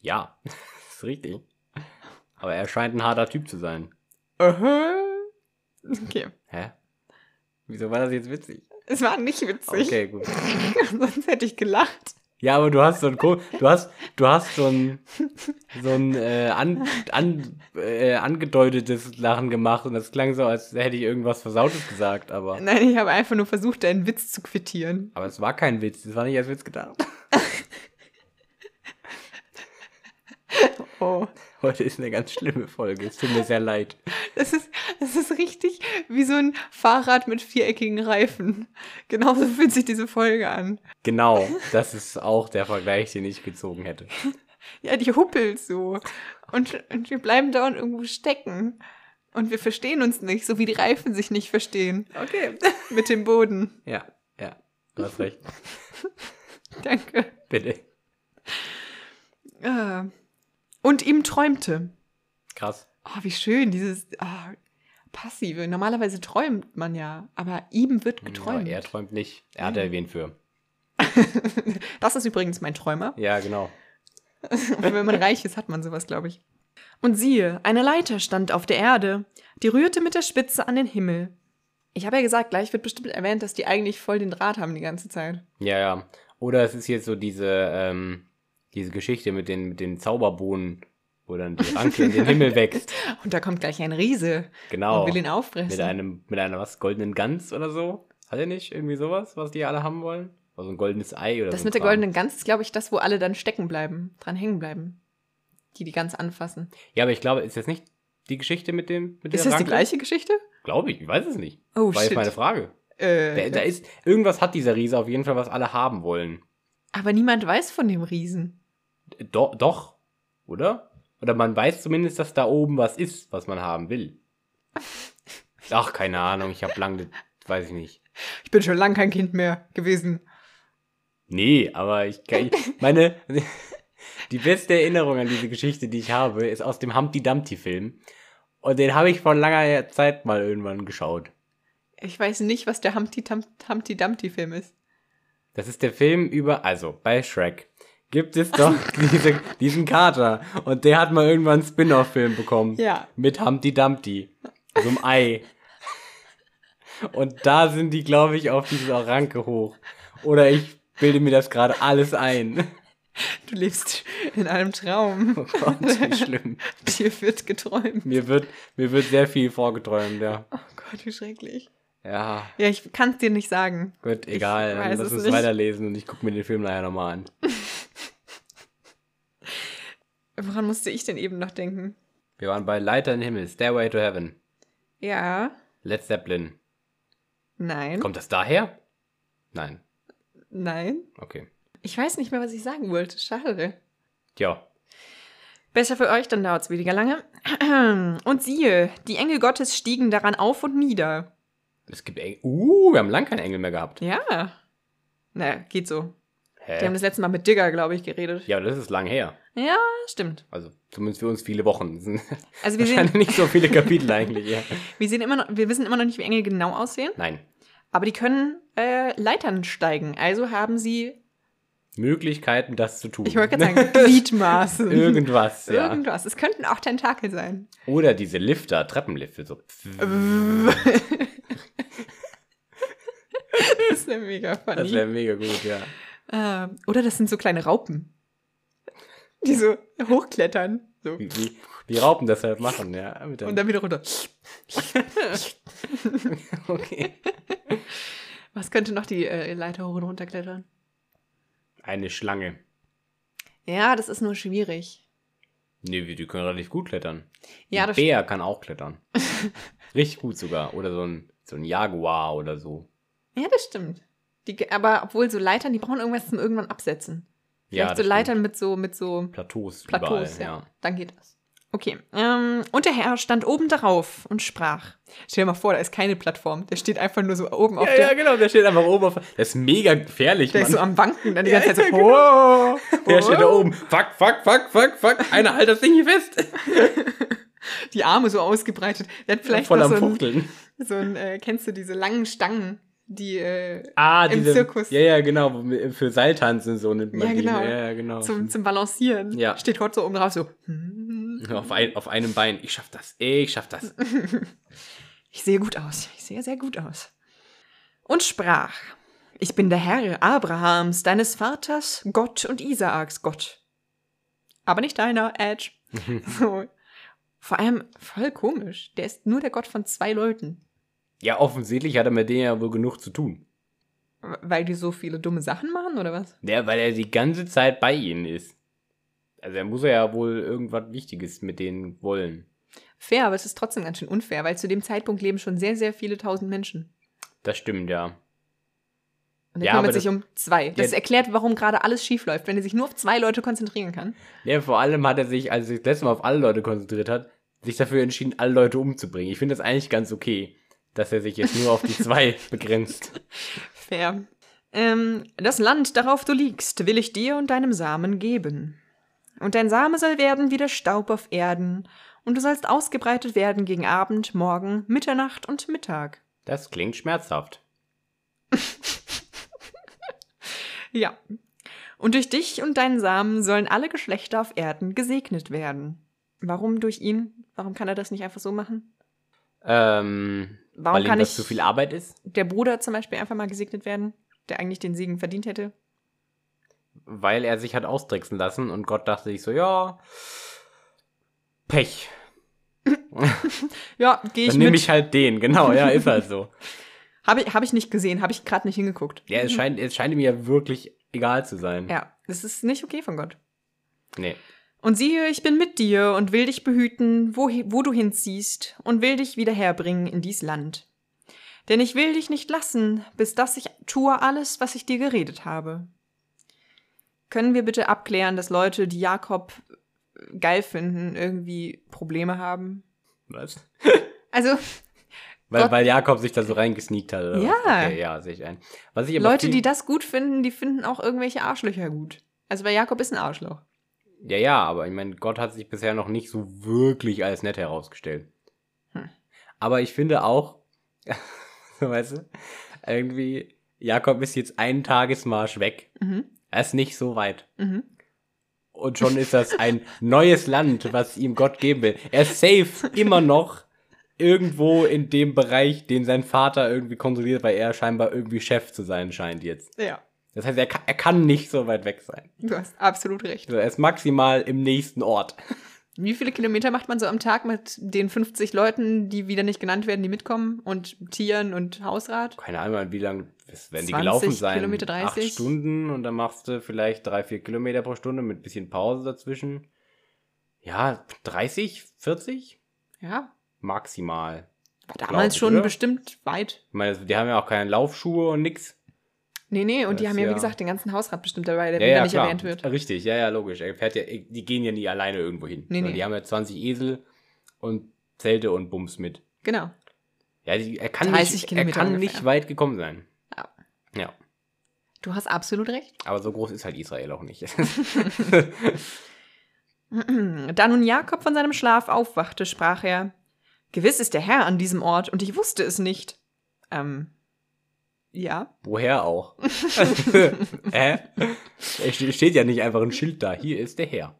[SPEAKER 1] Ja, (laughs) ist richtig. Aber er scheint ein harter Typ zu sein.
[SPEAKER 2] Aha. Okay.
[SPEAKER 1] Hä? Wieso war das jetzt witzig?
[SPEAKER 2] Es war nicht witzig.
[SPEAKER 1] Okay, gut.
[SPEAKER 2] (laughs) Sonst hätte ich gelacht.
[SPEAKER 1] Ja, aber du hast so ein Ko- du hast du hast so ein so ein äh, an, an, äh, angedeutetes Lachen gemacht und das klang so, als hätte ich irgendwas Versautes gesagt, aber
[SPEAKER 2] Nein, ich habe einfach nur versucht, deinen Witz zu quittieren.
[SPEAKER 1] aber es war kein Witz, es war nicht als Witz gedacht. (laughs)
[SPEAKER 2] Oh.
[SPEAKER 1] Heute ist eine ganz schlimme Folge. Es tut mir sehr leid.
[SPEAKER 2] Das ist, das ist richtig wie so ein Fahrrad mit viereckigen Reifen. Genauso (laughs) fühlt sich diese Folge an.
[SPEAKER 1] Genau, das ist auch der Vergleich, den ich gezogen hätte.
[SPEAKER 2] Ja, die huppelt so. Und, und wir bleiben dauernd irgendwo stecken. Und wir verstehen uns nicht, so wie die Reifen sich nicht verstehen.
[SPEAKER 1] Okay.
[SPEAKER 2] (laughs) Mit dem Boden.
[SPEAKER 1] Ja, ja. Du hast recht.
[SPEAKER 2] Danke.
[SPEAKER 1] Bitte.
[SPEAKER 2] Ah. Und ihm träumte.
[SPEAKER 1] Krass.
[SPEAKER 2] Oh, wie schön, dieses ah, passive. Normalerweise träumt man ja, aber ihm wird geträumt.
[SPEAKER 1] Aber er träumt nicht. Er hat ja wen für.
[SPEAKER 2] das ist übrigens mein Träumer.
[SPEAKER 1] Ja, genau.
[SPEAKER 2] Und wenn man reich ist, hat man sowas, glaube ich. Und siehe, eine Leiter stand auf der Erde, die rührte mit der Spitze an den Himmel. Ich habe ja gesagt, gleich wird bestimmt erwähnt, dass die eigentlich voll den Draht haben die ganze Zeit.
[SPEAKER 1] Ja, ja. Oder es ist jetzt so diese, ähm, diese Geschichte mit den, mit den Zauberbohnen, wo dann die Ranke in
[SPEAKER 2] (laughs)
[SPEAKER 1] den Himmel wächst.
[SPEAKER 2] Und da kommt gleich ein Riese
[SPEAKER 1] Genau.
[SPEAKER 2] und will ihn
[SPEAKER 1] Mit
[SPEAKER 2] auffressen.
[SPEAKER 1] einem, mit einer was, goldenen Gans oder so? Hat er nicht irgendwie sowas, was die alle haben wollen? Also ein goldenes Ei oder so.
[SPEAKER 2] Das
[SPEAKER 1] ein
[SPEAKER 2] mit der
[SPEAKER 1] Kram.
[SPEAKER 2] goldenen Gans ist, glaube ich, das, wo alle dann stecken bleiben, dran hängen bleiben. Die die Gans anfassen.
[SPEAKER 1] Ja, aber ich glaube, ist das nicht die Geschichte mit dem, mit
[SPEAKER 2] ist
[SPEAKER 1] der
[SPEAKER 2] das
[SPEAKER 1] Ranke?
[SPEAKER 2] die gleiche Geschichte?
[SPEAKER 1] Glaube ich, ich weiß es nicht.
[SPEAKER 2] Oh,
[SPEAKER 1] War jetzt
[SPEAKER 2] shit.
[SPEAKER 1] meine Frage. Da,
[SPEAKER 2] Äh,
[SPEAKER 1] da ist, irgendwas hat dieser Riese auf jeden Fall, was alle haben wollen.
[SPEAKER 2] aber niemand weiß von dem Riesen.
[SPEAKER 1] Do doch, oder? Oder man weiß zumindest, dass da oben was ist, was man haben will. Ach, keine Ahnung, ich habe lange, weiß ich nicht.
[SPEAKER 2] Ich bin schon lange kein Kind mehr gewesen.
[SPEAKER 1] Nee, aber ich kann, ich, meine, (laughs) die beste Erinnerung an diese Geschichte, die ich habe, ist aus dem Humpty Dumpty Film. Und den habe ich vor langer Zeit mal irgendwann geschaut.
[SPEAKER 2] Ich weiß nicht, was der Humpty, Tum- Humpty Dumpty Film ist.
[SPEAKER 1] Das ist der Film über, also bei Shrek gibt es
[SPEAKER 2] (laughs)
[SPEAKER 1] doch diese, diesen Kater. Und der hat mal irgendwann einen Spin-off-Film bekommen.
[SPEAKER 2] Ja.
[SPEAKER 1] Mit Humpty Dumpty. So einem Ei. Und da sind die, glaube ich, auf diese Ranke hoch. Oder ich bilde mir das gerade alles ein. (laughs)
[SPEAKER 2] Du lebst in einem Traum.
[SPEAKER 1] Oh Gott,
[SPEAKER 2] (laughs)
[SPEAKER 1] wie schlimm.
[SPEAKER 2] Dir wird geträumt.
[SPEAKER 1] Mir wird, mir wird sehr viel vorgeträumt, ja.
[SPEAKER 2] Oh Gott, wie schrecklich.
[SPEAKER 1] Ja,
[SPEAKER 2] Ja, ich kann es dir nicht sagen.
[SPEAKER 1] gut,
[SPEAKER 2] Ich
[SPEAKER 1] egal.
[SPEAKER 2] weiß
[SPEAKER 1] Dann lass
[SPEAKER 2] es
[SPEAKER 1] uns
[SPEAKER 2] nicht.
[SPEAKER 1] weiterlesen und ich gucke mir den Film nachher nochmal an.
[SPEAKER 2] Woran musste ich denn eben noch denken?
[SPEAKER 1] Wir waren bei Leiter in den Himmel, Stairway to Heaven,
[SPEAKER 2] Ja,
[SPEAKER 1] Led Zeppelin.
[SPEAKER 2] nein,
[SPEAKER 1] Kommt das daher? Nein.
[SPEAKER 2] nein.
[SPEAKER 1] Okay.
[SPEAKER 2] Ich weiß nicht mehr, was ich sagen wollte. Schade.
[SPEAKER 1] Tja.
[SPEAKER 2] Besser für euch, dann dauert's weniger lange. (clears throat) Und siehe, die Engel Gottes stiegen daran auf und nieder.
[SPEAKER 1] Es gibt Engel. Uh, wir haben lang keinen Engel mehr gehabt.
[SPEAKER 2] Ja. Na, geht so. Die haben
[SPEAKER 1] Hä?
[SPEAKER 2] das letzte Mal mit Digger, glaube ich, geredet.
[SPEAKER 1] Ja, aber das ist lang her.
[SPEAKER 2] Ja, stimmt.
[SPEAKER 1] Also zumindest für uns viele Wochen. (laughs) Das sind
[SPEAKER 2] Also wir sehen,
[SPEAKER 1] wahrscheinlich nicht so viele Kapitel eigentlich. Ja.
[SPEAKER 2] wir sehen immer noch, wir wissen immer noch nicht, wie Engel genau aussehen.
[SPEAKER 1] Nein.
[SPEAKER 2] Aber die können äh, Leitern steigen. Also haben sie
[SPEAKER 1] Möglichkeiten, das zu tun.
[SPEAKER 2] Ich
[SPEAKER 1] (laughs)
[SPEAKER 2] wollte gerade sagen, Gliedmaßen.
[SPEAKER 1] Irgendwas, ja.
[SPEAKER 2] Irgendwas. Es könnten auch Tentakel sein.
[SPEAKER 1] Oder diese Lifter, Treppenlifte, so.
[SPEAKER 2] Das
[SPEAKER 1] (laughs)
[SPEAKER 2] wäre mega funny.
[SPEAKER 1] Das wäre mega gut, ja.
[SPEAKER 2] Ah, oder das sind so kleine Raupen, die so hochklettern. So.
[SPEAKER 1] Wie, wie, wie Raupen das halt machen, ja. Mit der-
[SPEAKER 2] Und dann wieder runter.
[SPEAKER 1] (laughs) okay.
[SPEAKER 2] Was könnte noch die äh, Leiter hoch und runter klettern?
[SPEAKER 1] Eine Schlange.
[SPEAKER 2] Ja, das ist nur schwierig.
[SPEAKER 1] Nee, wie- die können relativ gut klettern.
[SPEAKER 2] Ja,
[SPEAKER 1] ein
[SPEAKER 2] das
[SPEAKER 1] Bär kann auch (laughs) klettern. Richtig gut sogar. Oder so ein, so ein Jaguar oder so.
[SPEAKER 2] Ja, das stimmt. Die, ge- aber obwohl so Leitern, die brauchen irgendwas zum irgendwann absetzen. Vielleicht
[SPEAKER 1] ja,
[SPEAKER 2] so
[SPEAKER 1] das
[SPEAKER 2] Leitern mit so, mit so
[SPEAKER 1] stimmt. Plateaus,
[SPEAKER 2] Plateaus,
[SPEAKER 1] überall, ja.
[SPEAKER 2] ja. Dann geht das. Okay. Ähm, und der Herr stand oben darauf und sprach. Stell dir mal vor, da ist keine Plattform. Der steht einfach nur so oben auf
[SPEAKER 1] Ja,
[SPEAKER 2] der.
[SPEAKER 1] ja, genau, der steht einfach oben auf. Das ist mega gefährlich,
[SPEAKER 2] Der ist so
[SPEAKER 1] Mann.
[SPEAKER 2] am Wanken, dann die
[SPEAKER 1] Ja,
[SPEAKER 2] ganze Zeit
[SPEAKER 1] (laughs)
[SPEAKER 2] so.
[SPEAKER 1] ja, genau. Der
[SPEAKER 2] Oh.
[SPEAKER 1] steht da oben. Fuck, fuck, fuck, fuck, fuck. Einer halt das Ding hier (laughs) fest.
[SPEAKER 2] die Arme so ausgebreitet. Der hat vielleicht
[SPEAKER 1] Voll
[SPEAKER 2] noch
[SPEAKER 1] am
[SPEAKER 2] so ein,
[SPEAKER 1] Fuchteln.
[SPEAKER 2] so ein äh, kennst du diese langen Stangen, die äh,
[SPEAKER 1] Ah,
[SPEAKER 2] im
[SPEAKER 1] diese,
[SPEAKER 2] Zirkus.
[SPEAKER 1] Ja, ja, genau. wo- Für Seiltanzen so nimmt man
[SPEAKER 2] Ja,
[SPEAKER 1] die.
[SPEAKER 2] genau.
[SPEAKER 1] Ja, ja, genau.
[SPEAKER 2] zum, zum Balancieren.
[SPEAKER 1] Ja.
[SPEAKER 2] Steht Hot so oben drauf, so. hm,
[SPEAKER 1] auf, ein, auf einem Bein. Ich schaff das. Ich schaff das.
[SPEAKER 2] Ich sehe gut aus. Ich sehe sehr gut aus. Und sprach: Ich bin der Herr Abrahams, deines Vaters, Gott und Isaaks Gott. Aber nicht deiner, Edge.
[SPEAKER 1] Mhm.
[SPEAKER 2] (laughs) so. Vor allem voll komisch. Der ist nur der Gott von zwei Leuten,
[SPEAKER 1] Ja, offensichtlich hat er mit denen ja wohl genug zu tun.
[SPEAKER 2] weil die so viele dumme Sachen machen oder was?
[SPEAKER 1] Ja, weil er die ganze Zeit bei ihnen ist. Also er muss ja wohl irgendwas Wichtiges mit denen wollen.
[SPEAKER 2] Fair, aber es ist trotzdem ganz schön unfair, weil zu dem Zeitpunkt leben schon sehr, sehr viele tausend Menschen.
[SPEAKER 1] Das stimmt, ja.
[SPEAKER 2] Und er
[SPEAKER 1] Ja,
[SPEAKER 2] kümmert
[SPEAKER 1] aber
[SPEAKER 2] sich
[SPEAKER 1] das-
[SPEAKER 2] um zwei. Das
[SPEAKER 1] Ja.
[SPEAKER 2] erklärt, warum gerade alles schief läuft, wenn er sich nur auf zwei Leute konzentrieren kann.
[SPEAKER 1] Ja, vor allem hat er sich, als er sich das letzte Mal auf alle Leute konzentriert hat, sich dafür entschieden, alle Leute umzubringen. Ich finde das eigentlich ganz okay, dass er sich jetzt nur auf die
[SPEAKER 2] (laughs)
[SPEAKER 1] zwei begrenzt.
[SPEAKER 2] Fair. Ähm, das Land, darauf du liegst, will ich dir und deinem Samen geben. Und dein Same soll werden wie der Staub auf Erden, und du sollst ausgebreitet werden gegen Abend, Morgen, Mitternacht und Mittag.
[SPEAKER 1] Das klingt schmerzhaft.
[SPEAKER 2] Ja. Und durch dich und deinen Samen sollen alle Geschlechter auf Erden gesegnet werden. Warum durch ihn? Warum kann er das nicht einfach so machen?
[SPEAKER 1] Ähm,
[SPEAKER 2] Warum
[SPEAKER 1] weil ihm
[SPEAKER 2] kann
[SPEAKER 1] das
[SPEAKER 2] ich-
[SPEAKER 1] zu viel Arbeit ist?
[SPEAKER 2] der Bruder zum Beispiel einfach mal gesegnet werden, der eigentlich den Segen verdient hätte.
[SPEAKER 1] Weil er sich hat austricksen lassen und Gott dachte sich so, ja, Pech.
[SPEAKER 2] Ja, gehe ich
[SPEAKER 1] Dann nehme
[SPEAKER 2] mit.
[SPEAKER 1] ich halt den, genau, ja, ist halt
[SPEAKER 2] (laughs)
[SPEAKER 1] so.
[SPEAKER 2] Habe ich, hab ich nicht gesehen, habe ich gerade nicht hingeguckt.
[SPEAKER 1] Ja, es scheint, es scheint ihm ja wirklich egal zu sein.
[SPEAKER 2] Mhm. Ja, das ist nicht okay von Gott.
[SPEAKER 1] Nee.
[SPEAKER 2] Und siehe, ich bin mit dir und will dich behüten, wo, wo du hinziehst, und will dich wieder herbringen in dies Land. Denn ich will dich nicht lassen, bis dass ich tue alles, was ich dir geredet habe. Können wir bitte abklären, dass Leute, die Jakob äh, geil finden, irgendwie Probleme haben?
[SPEAKER 1] Was?
[SPEAKER 2] (laughs) Also,
[SPEAKER 1] Weil,
[SPEAKER 2] Gott-
[SPEAKER 1] weil Jakob sich da so reingesneakt hat. Oder
[SPEAKER 2] Ja.
[SPEAKER 1] was? Okay, ja, sehe ich ein. Was ich aber
[SPEAKER 2] Leute,
[SPEAKER 1] viel-
[SPEAKER 2] die das gut finden, die finden auch irgendwelche Arschlöcher gut. Also bei Jakob ist ein Arschloch.
[SPEAKER 1] Ja, ja, aber ich meine, Gott hat sich bisher noch nicht so wirklich als nett herausgestellt.
[SPEAKER 2] Hm.
[SPEAKER 1] Aber ich finde auch, (laughs) weißt du, irgendwie, Jakob ist jetzt einen Tagesmarsch weg.
[SPEAKER 2] Mhm.
[SPEAKER 1] Er ist nicht so weit.
[SPEAKER 2] Mhm.
[SPEAKER 1] Und schon ist das ein neues Land, was ihm Gott geben will. Er ist safe immer noch irgendwo in dem Bereich, den sein Vater irgendwie kontrolliert, weil er scheinbar irgendwie Chef zu sein scheint jetzt.
[SPEAKER 2] Ja,
[SPEAKER 1] Das heißt, er kann, er kann nicht so weit weg sein.
[SPEAKER 2] du hast absolut recht.
[SPEAKER 1] Also er ist maximal im nächsten Ort.
[SPEAKER 2] Wie viele Kilometer macht man so am Tag mit den 50 Leuten, die wieder nicht genannt werden, die mitkommen und Tieren und Hausrat?
[SPEAKER 1] Keine Ahnung, wie lang das werden die
[SPEAKER 2] 20
[SPEAKER 1] gelaufen sein?
[SPEAKER 2] Kilometer, 30?
[SPEAKER 1] Acht Stunden und dann machst du vielleicht drei, vier Kilometer pro Stunde mit bisschen Pause dazwischen. Ja, 30, 40
[SPEAKER 2] Ja,
[SPEAKER 1] maximal.
[SPEAKER 2] war damals
[SPEAKER 1] ich,
[SPEAKER 2] schon
[SPEAKER 1] oder?
[SPEAKER 2] bestimmt weit.
[SPEAKER 1] Ich meine, die haben ja auch keine Laufschuhe und nix.
[SPEAKER 2] Nee, nee, und die
[SPEAKER 1] Das
[SPEAKER 2] haben ja, wie
[SPEAKER 1] ja-
[SPEAKER 2] gesagt, den ganzen Hausrat bestimmt dabei, der
[SPEAKER 1] Ja,
[SPEAKER 2] wieder
[SPEAKER 1] ja,
[SPEAKER 2] nicht
[SPEAKER 1] klar.
[SPEAKER 2] erwähnt wird.
[SPEAKER 1] Richtig, ja, ja, logisch. Er fährt ja, die gehen ja nie alleine irgendwo hin.
[SPEAKER 2] Nee,
[SPEAKER 1] Sondern
[SPEAKER 2] nee.
[SPEAKER 1] Die haben ja 20 Esel und Zelte und Bums mit.
[SPEAKER 2] Genau.
[SPEAKER 1] Ja, die, er kann,
[SPEAKER 2] 30
[SPEAKER 1] nicht, er
[SPEAKER 2] Kilometer
[SPEAKER 1] kann
[SPEAKER 2] ungefähr.
[SPEAKER 1] nicht weit gekommen sein.
[SPEAKER 2] Ja.
[SPEAKER 1] Ja,
[SPEAKER 2] Du hast absolut recht. (clears throat)
[SPEAKER 1] aber so groß ist halt Israel auch nicht. (laughs)
[SPEAKER 2] Da nun Jakob von seinem Schlaf aufwachte, sprach er: Gewiss ist der Herr an diesem Ort, und ich wusste es nicht. Ähm, Ja. (laughs)
[SPEAKER 1] Woher auch? Hä? Es ste- steht ja nicht einfach ein Schild da. Hier ist der Herr.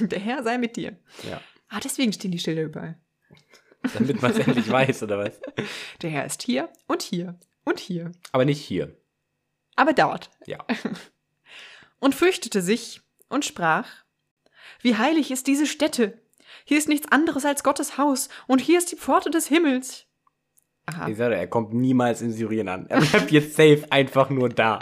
[SPEAKER 2] Der Herr sei mit dir.
[SPEAKER 1] Ja.
[SPEAKER 2] Ah, deswegen stehen die Schilder überall.
[SPEAKER 1] Damit man es endlich weiß, oder was?
[SPEAKER 2] Der Herr ist hier und hier und hier.
[SPEAKER 1] Aber nicht hier.
[SPEAKER 2] Aber dort.
[SPEAKER 1] Ja.
[SPEAKER 2] (laughs) und fürchtete sich und sprach: Wie heilig ist diese Stätte! Hier ist nichts anderes als Gottes Haus und hier ist die Pforte des Himmels. Aha.
[SPEAKER 1] Ich sage, er kommt niemals in Syrien an. Er bleibt jetzt safe einfach nur da.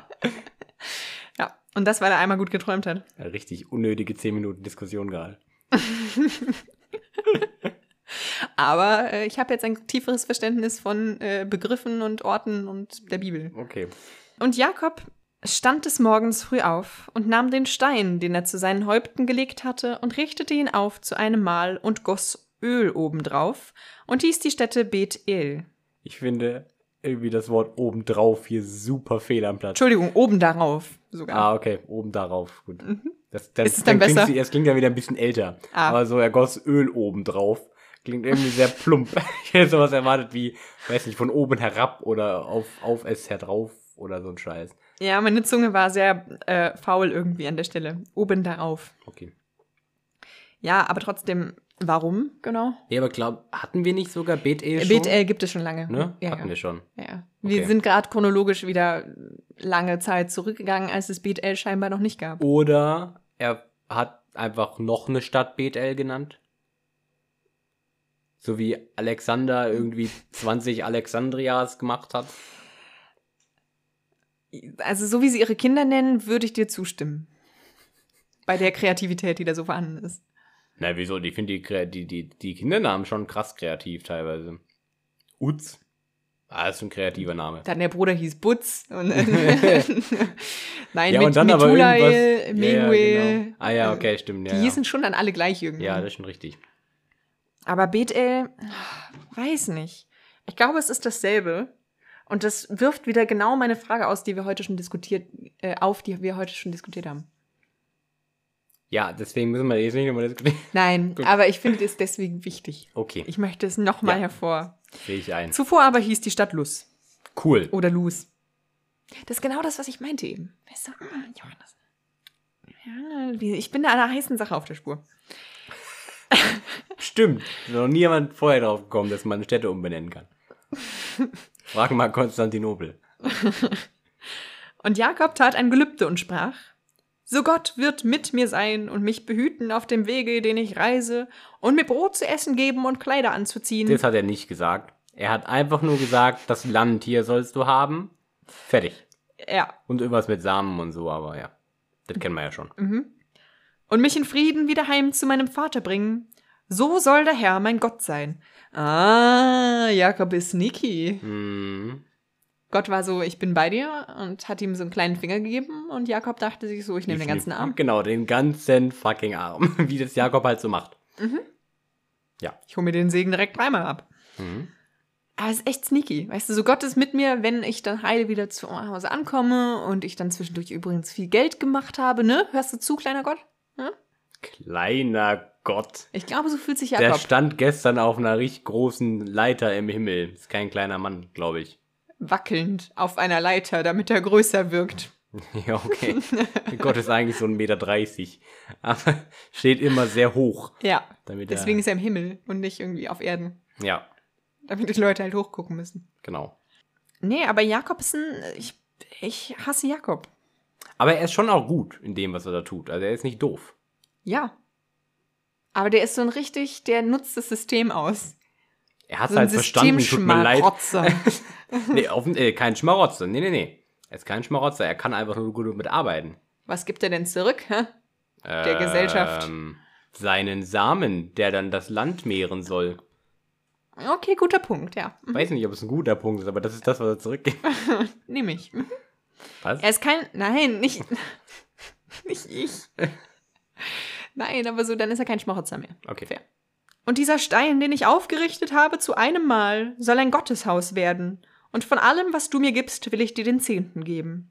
[SPEAKER 2] Ja, und das, weil er einmal gut geträumt hat.
[SPEAKER 1] Eine richtig unnötige 10 Minuten Diskussion gerade.
[SPEAKER 2] Aber äh, ich habe jetzt ein tieferes Verständnis von äh, Begriffen und Orten und der Bibel.
[SPEAKER 1] Okay.
[SPEAKER 2] Und Jakob stand des Morgens früh auf und nahm den Stein, den er zu seinen Häupten gelegt hatte, und richtete ihn auf zu einem Mahl und goss Öl obendrauf und hieß die Stätte Bethel.
[SPEAKER 1] Ich finde irgendwie das Wort obendrauf hier super fehl am Platz.
[SPEAKER 2] Entschuldigung, oben darauf sogar.
[SPEAKER 1] Ah, okay. Oben darauf. Gut.
[SPEAKER 2] Mhm.
[SPEAKER 1] Das, das,
[SPEAKER 2] Ist es dann
[SPEAKER 1] klingt
[SPEAKER 2] besser?
[SPEAKER 1] sie- Das klingt ja wieder ein bisschen älter.
[SPEAKER 2] Ah.
[SPEAKER 1] Aber so, er goss Öl oben drauf. Klingt irgendwie
[SPEAKER 2] (laughs)
[SPEAKER 1] sehr plump. ich hätte sowas erwartet wie, weiß nicht, von oben herab oder auf, auf es herdrauf oder so ein Scheiß.
[SPEAKER 2] Ja, meine Zunge war sehr äh, faul irgendwie an der Stelle. Oben darauf.
[SPEAKER 1] Okay.
[SPEAKER 2] Ja, aber trotzdem, warum genau?
[SPEAKER 1] Ja, aber glaub, hatten wir nicht sogar
[SPEAKER 2] Äh,
[SPEAKER 1] Bethel schon?
[SPEAKER 2] Bethel gibt es schon lange.
[SPEAKER 1] Ne?
[SPEAKER 2] E Ja,
[SPEAKER 1] hatten
[SPEAKER 2] ja.
[SPEAKER 1] wir schon.
[SPEAKER 2] Ja. Wir
[SPEAKER 1] Okay.
[SPEAKER 2] sind gerade chronologisch wieder lange Zeit zurückgegangen, als es BTL scheinbar noch nicht gab.
[SPEAKER 1] Oder er hat einfach noch eine Stadt Bethel genannt. So wie Alexander irgendwie 20 Alexandrias gemacht hat.
[SPEAKER 2] Also so wie sie ihre Kinder nennen, würde ich dir zustimmen. Bei der Kreativität, die da so vorhanden ist.
[SPEAKER 1] Na, wieso? Ich finde die, kre- die, die, die Kindernamen schon krass kreativ teilweise. Utz. Ah, ist ein kreativer Name.
[SPEAKER 2] Dann der Bruder hieß Butz.
[SPEAKER 1] (laughs)
[SPEAKER 2] Und (laughs) Nein,
[SPEAKER 1] ja,
[SPEAKER 2] mit,
[SPEAKER 1] und dann aber
[SPEAKER 2] Metulai,
[SPEAKER 1] irgendwas. Ja, ja,
[SPEAKER 2] Meguel,
[SPEAKER 1] genau. Ah ja,
[SPEAKER 2] äh,
[SPEAKER 1] okay, stimmt. Ja,
[SPEAKER 2] die
[SPEAKER 1] ja.
[SPEAKER 2] hießen schon dann alle gleich irgendwie.
[SPEAKER 1] ja, das ist schon richtig.
[SPEAKER 2] Aber Bethel, weiß nicht. Ich glaube, es ist dasselbe. Und das wirft wieder genau meine Frage aus, die wir heute schon diskutiert, äh, auf, die wir heute schon diskutiert haben.
[SPEAKER 1] Ja, deswegen müssen wir jetzt nicht nochmal diskutieren.
[SPEAKER 2] Nein,
[SPEAKER 1] Gut.
[SPEAKER 2] aber ich finde es deswegen wichtig.
[SPEAKER 1] Okay,
[SPEAKER 2] Ich möchte es nochmal
[SPEAKER 1] Ja.
[SPEAKER 2] hervor.
[SPEAKER 1] sehe ich ein.
[SPEAKER 2] Zuvor aber hieß die Stadt Luz
[SPEAKER 1] Cool.
[SPEAKER 2] oder Luz. Das ist genau das, was ich meinte eben. Weißt du, ah, Johannes. Ja, wie- ich bin da einer heißen Sache auf der Spur.
[SPEAKER 1] Stimmt. Da ist noch nie jemand vorher drauf gekommen, dass man Städte umbenennen
[SPEAKER 2] (laughs)
[SPEAKER 1] kann. Frag mal Konstantinopel.
[SPEAKER 2] Und Jakob tat ein Gelübde und sprach: So Gott wird mit mir sein und mich behüten auf dem Wege, den ich reise, und mir Brot zu essen geben und Kleider anzuziehen.
[SPEAKER 1] Das hat er nicht gesagt. Er hat einfach nur gesagt, das Land hier sollst du haben. Fertig.
[SPEAKER 2] ja.
[SPEAKER 1] Und irgendwas mit Samen und so, aber ja. Das kennen wir ja schon.
[SPEAKER 2] Mhm. Und mich in Frieden wieder heim zu meinem Vater bringen. So soll der Herr mein Gott sein. Ah, Jakob ist sneaky.
[SPEAKER 1] Mhm.
[SPEAKER 2] Gott war so, ich bin bei dir und hat ihm so einen kleinen Finger gegeben und Jakob dachte sich so, ich nehme den ganzen Arm.
[SPEAKER 1] Genau, den ganzen fucking Arm. (laughs) Wie das Jakob halt so macht.
[SPEAKER 2] Ich hole mir den Segen direkt dreimal ab.
[SPEAKER 1] Mhm.
[SPEAKER 2] Aber es ist echt sneaky. Weißt du, so Gott ist mit mir, wenn ich dann heil wieder zu Hause ankomme und ich dann zwischendurch übrigens viel Geld gemacht habe, ne? Hörst du zu, kleiner Gott?
[SPEAKER 1] Kleiner Gott.
[SPEAKER 2] Ich glaube, so fühlt sich
[SPEAKER 1] Der
[SPEAKER 2] Jakob.
[SPEAKER 1] stand gestern auf einer richtig großen Leiter im Himmel. Ist kein kleiner Mann, glaube ich.
[SPEAKER 2] wackelnd auf einer Leiter, damit er größer wirkt.
[SPEAKER 1] (laughs) Ja, okay. Gott ist eigentlich so ein Meter dreißig. Aber (laughs) steht immer sehr hoch.
[SPEAKER 2] Ja,
[SPEAKER 1] Damit
[SPEAKER 2] deswegen
[SPEAKER 1] er,
[SPEAKER 2] ist er im Himmel und nicht irgendwie auf Erden.
[SPEAKER 1] Ja,
[SPEAKER 2] Damit die Leute halt hochgucken müssen.
[SPEAKER 1] genau.
[SPEAKER 2] Nee, aber Jakob ist ein. Ich, ich hasse Jakob.
[SPEAKER 1] Aber er ist schon auch gut in dem, was er da tut. Also er ist nicht doof.
[SPEAKER 2] Ja. Aber der ist so ein richtig, der nutzt das System aus.
[SPEAKER 1] Er hat
[SPEAKER 2] So
[SPEAKER 1] es
[SPEAKER 2] ein
[SPEAKER 1] halt verstanden, tut mir leid. (laughs)
[SPEAKER 2] Systemschmarotzer.
[SPEAKER 1] Nee, auf, äh, kein Schmarotzer. Nee, nee, nee. Er ist kein Schmarotzer. Er kann einfach nur gut damit arbeiten.
[SPEAKER 2] Was gibt er denn zurück? Hä? Der Gesellschaft.
[SPEAKER 1] Ähm, Seinen Samen, der dann das Land mehren soll.
[SPEAKER 2] Okay, guter Punkt, ja.
[SPEAKER 1] Weiß nicht, ob es ein guter Punkt ist, aber das ist das, was er zurückgibt.
[SPEAKER 2] (laughs) Nehme ich.
[SPEAKER 1] Was?
[SPEAKER 2] Er ist kein. Nein, nicht. (laughs) nicht ich. Nein, aber so, dann ist er kein Schmarotzer mehr.
[SPEAKER 1] Okay.
[SPEAKER 2] Fair. Und dieser Stein, den ich aufgerichtet habe zu einem Mal, soll ein Gotteshaus werden. Und von allem, was du mir gibst, will ich dir den Zehnten geben.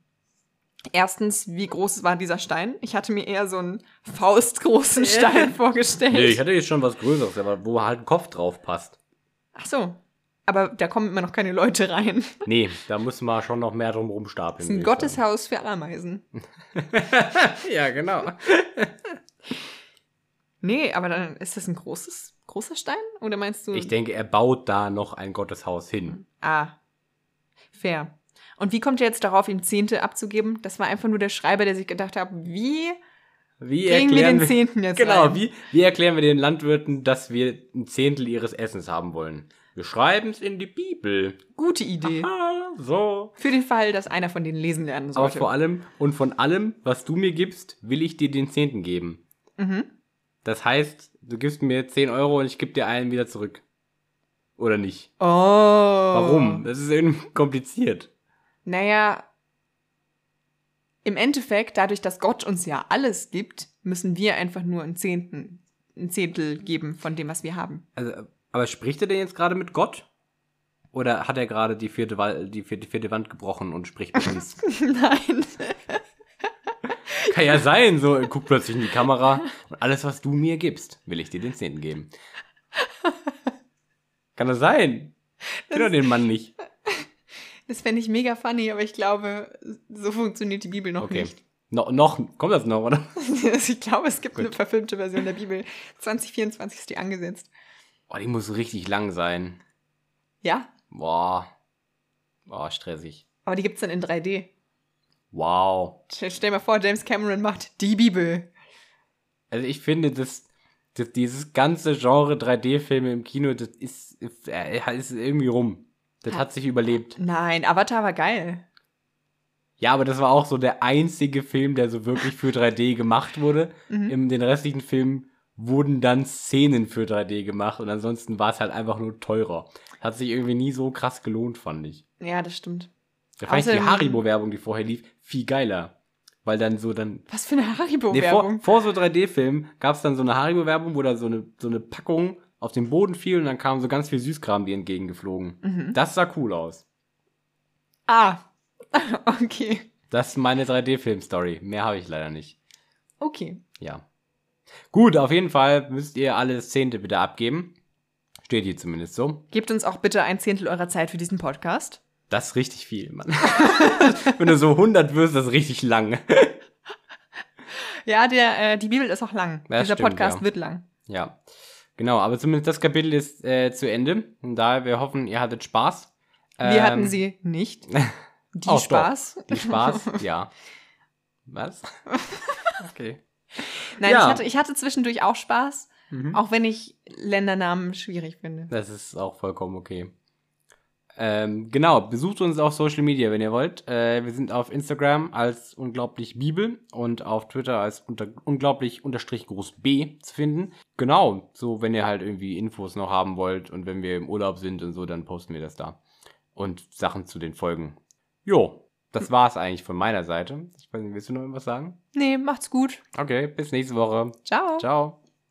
[SPEAKER 2] Erstens, wie groß war dieser Stein? Ich hatte mir eher so einen faustgroßen Stein (laughs) vorgestellt.
[SPEAKER 1] Nee, ich hatte jetzt schon was Größeres, aber wo halt ein Kopf drauf passt.
[SPEAKER 2] Ach so. Aber da kommen immer noch keine Leute rein.
[SPEAKER 1] Nee, da müssen wir schon noch mehr drum rumstapeln.
[SPEAKER 2] Das ist ein
[SPEAKER 1] würd ich sagen.
[SPEAKER 2] Gotteshaus für Ameisen.
[SPEAKER 1] (laughs) ja, genau.
[SPEAKER 2] Nee, aber dann ist das ein großes, großer Stein? Oder meinst du?
[SPEAKER 1] Ich denke, er baut da noch ein Gotteshaus hin.
[SPEAKER 2] Ah. Fair. Und wie kommt ihr jetzt darauf, ihm Zehnte abzugeben? Das war einfach nur der Schreiber, der sich gedacht hat, wie
[SPEAKER 1] Wie
[SPEAKER 2] kriegen wir
[SPEAKER 1] erklären
[SPEAKER 2] den Zehnten jetzt
[SPEAKER 1] Genau,
[SPEAKER 2] rein?
[SPEAKER 1] wie, wie erklären wir den Landwirten, dass wir ein Zehntel ihres Essens haben wollen? Wir schreiben es in die Bibel.
[SPEAKER 2] Gute Idee.
[SPEAKER 1] Ah, so.
[SPEAKER 2] Für den Fall, dass einer von denen lesen lernen
[SPEAKER 1] Aber
[SPEAKER 2] sollte.
[SPEAKER 1] vor allem und von allem, was du mir gibst, will ich dir den Zehnten geben.
[SPEAKER 2] mhm.
[SPEAKER 1] Das heißt, du gibst mir 10 Euro und ich gebe dir einen wieder zurück. Oder nicht?
[SPEAKER 2] Oh.
[SPEAKER 1] Warum? Das ist irgendwie kompliziert.
[SPEAKER 2] Naja, im Endeffekt, dadurch, dass Gott uns ja alles gibt, müssen wir einfach nur einen Zehnten, ein Zehntel geben von dem, was wir haben. (laughs)
[SPEAKER 1] Also, aber spricht er denn jetzt gerade mit Gott? Oder hat er gerade die vierte, Wa- die vierte, vierte Wand gebrochen und spricht mit
[SPEAKER 2] (laughs)
[SPEAKER 1] uns?
[SPEAKER 2] Nein.
[SPEAKER 1] Kann ja sein, so er guckt plötzlich in die Kamera und alles, was du mir gibst, will ich dir den Zehnten geben. Kann das sein? Ich doch den Mann nicht.
[SPEAKER 2] Das fände ich mega funny, aber ich glaube, so funktioniert die Bibel noch
[SPEAKER 1] Okay.
[SPEAKER 2] nicht.
[SPEAKER 1] No, noch, kommt das noch, oder?
[SPEAKER 2] Also (laughs) ich glaube, es gibt
[SPEAKER 1] Gut.
[SPEAKER 2] eine verfilmte Version der Bibel. 2024 ist die angesetzt.
[SPEAKER 1] Oh, die muss richtig lang sein.
[SPEAKER 2] Ja,
[SPEAKER 1] Boah. Boah, stressig.
[SPEAKER 2] aber die gibt es dann in 3D.
[SPEAKER 1] Wow.
[SPEAKER 2] Stell, stell mal vor, James Cameron macht die Bibel.
[SPEAKER 1] Also ich finde, das, das, dieses ganze Genre 3D-Filme im Kino, das ist, äh, ist irgendwie rum. Das hat sich überlebt.
[SPEAKER 2] Nein, Avatar war geil.
[SPEAKER 1] Ja, aber das war auch so der einzige Film, der so wirklich für 3D gemacht wurde.
[SPEAKER 2] Mhm.
[SPEAKER 1] In den restlichen Filmen wurden dann Szenen für 3D gemacht und ansonsten war es halt einfach nur teurer. Hat sich irgendwie nie so krass gelohnt, fand ich.
[SPEAKER 2] Ja, das stimmt.
[SPEAKER 1] Da fand ich die
[SPEAKER 2] Außerdem-
[SPEAKER 1] Haribo-Werbung, die vorher lief, viel geiler. Weil dann so dann
[SPEAKER 2] Was für eine
[SPEAKER 1] Nee,
[SPEAKER 2] Haribo-Werbung.
[SPEAKER 1] vor, vor so 3D-Filmen gab es dann so eine Haribo-Werbung, wo da so eine, so eine Packung auf den Boden fiel und dann kam so ganz viel Süßkram dir entgegengeflogen.
[SPEAKER 2] mhm.
[SPEAKER 1] Das sah cool aus.
[SPEAKER 2] Ah, (laughs) okay.
[SPEAKER 1] Das ist meine 3D-Film-Story. Mehr habe ich leider nicht.
[SPEAKER 2] Okay.
[SPEAKER 1] Ja. Gut, auf jeden Fall müsst ihr alle das Zehnte bitte abgeben. Steht hier zumindest so.
[SPEAKER 2] Gebt uns auch bitte ein Zehntel eurer Zeit für diesen Podcast.
[SPEAKER 1] Das ist richtig viel, Mann. (laughs) Wenn du so 100 wirst, das ist richtig lang.
[SPEAKER 2] Ja, der, äh, die Bibel ist auch lang.
[SPEAKER 1] Das
[SPEAKER 2] Dieser
[SPEAKER 1] stimmt,
[SPEAKER 2] Podcast
[SPEAKER 1] ja.
[SPEAKER 2] wird lang.
[SPEAKER 1] Ja, genau. Aber zumindest das Kapitel ist äh, zu Ende. Und daher, wir hoffen, ihr hattet Spaß.
[SPEAKER 2] Wir hatten
[SPEAKER 1] Ähm,
[SPEAKER 2] sie
[SPEAKER 1] (laughs)
[SPEAKER 2] nicht. Die
[SPEAKER 1] auch doch.
[SPEAKER 2] Spaß.
[SPEAKER 1] Die Spaß, ja. Was? Okay.
[SPEAKER 2] Nein,
[SPEAKER 1] Ja. Mhm.
[SPEAKER 2] ich, hatte, ich hatte zwischendurch auch Spaß, auch wenn ich Ländernamen schwierig finde.
[SPEAKER 1] Das ist auch vollkommen okay. Ähm, genau, besucht uns auf Social Media, wenn ihr wollt. Äh, wir sind auf Instagram als unglaublich Bibel und auf Twitter als unter, unglaublich unterstrich groß B zu finden. Genau, so wenn ihr halt irgendwie Infos noch haben wollt und wenn wir im Urlaub sind und so, dann posten wir das da. Und Sachen zu den Folgen. Jo, das war's eigentlich von meiner Seite. Ich weiß nicht, willst du noch irgendwas sagen?
[SPEAKER 2] Nee, macht's gut.
[SPEAKER 1] Okay, bis nächste Woche.
[SPEAKER 2] Ciao.
[SPEAKER 1] Ciao.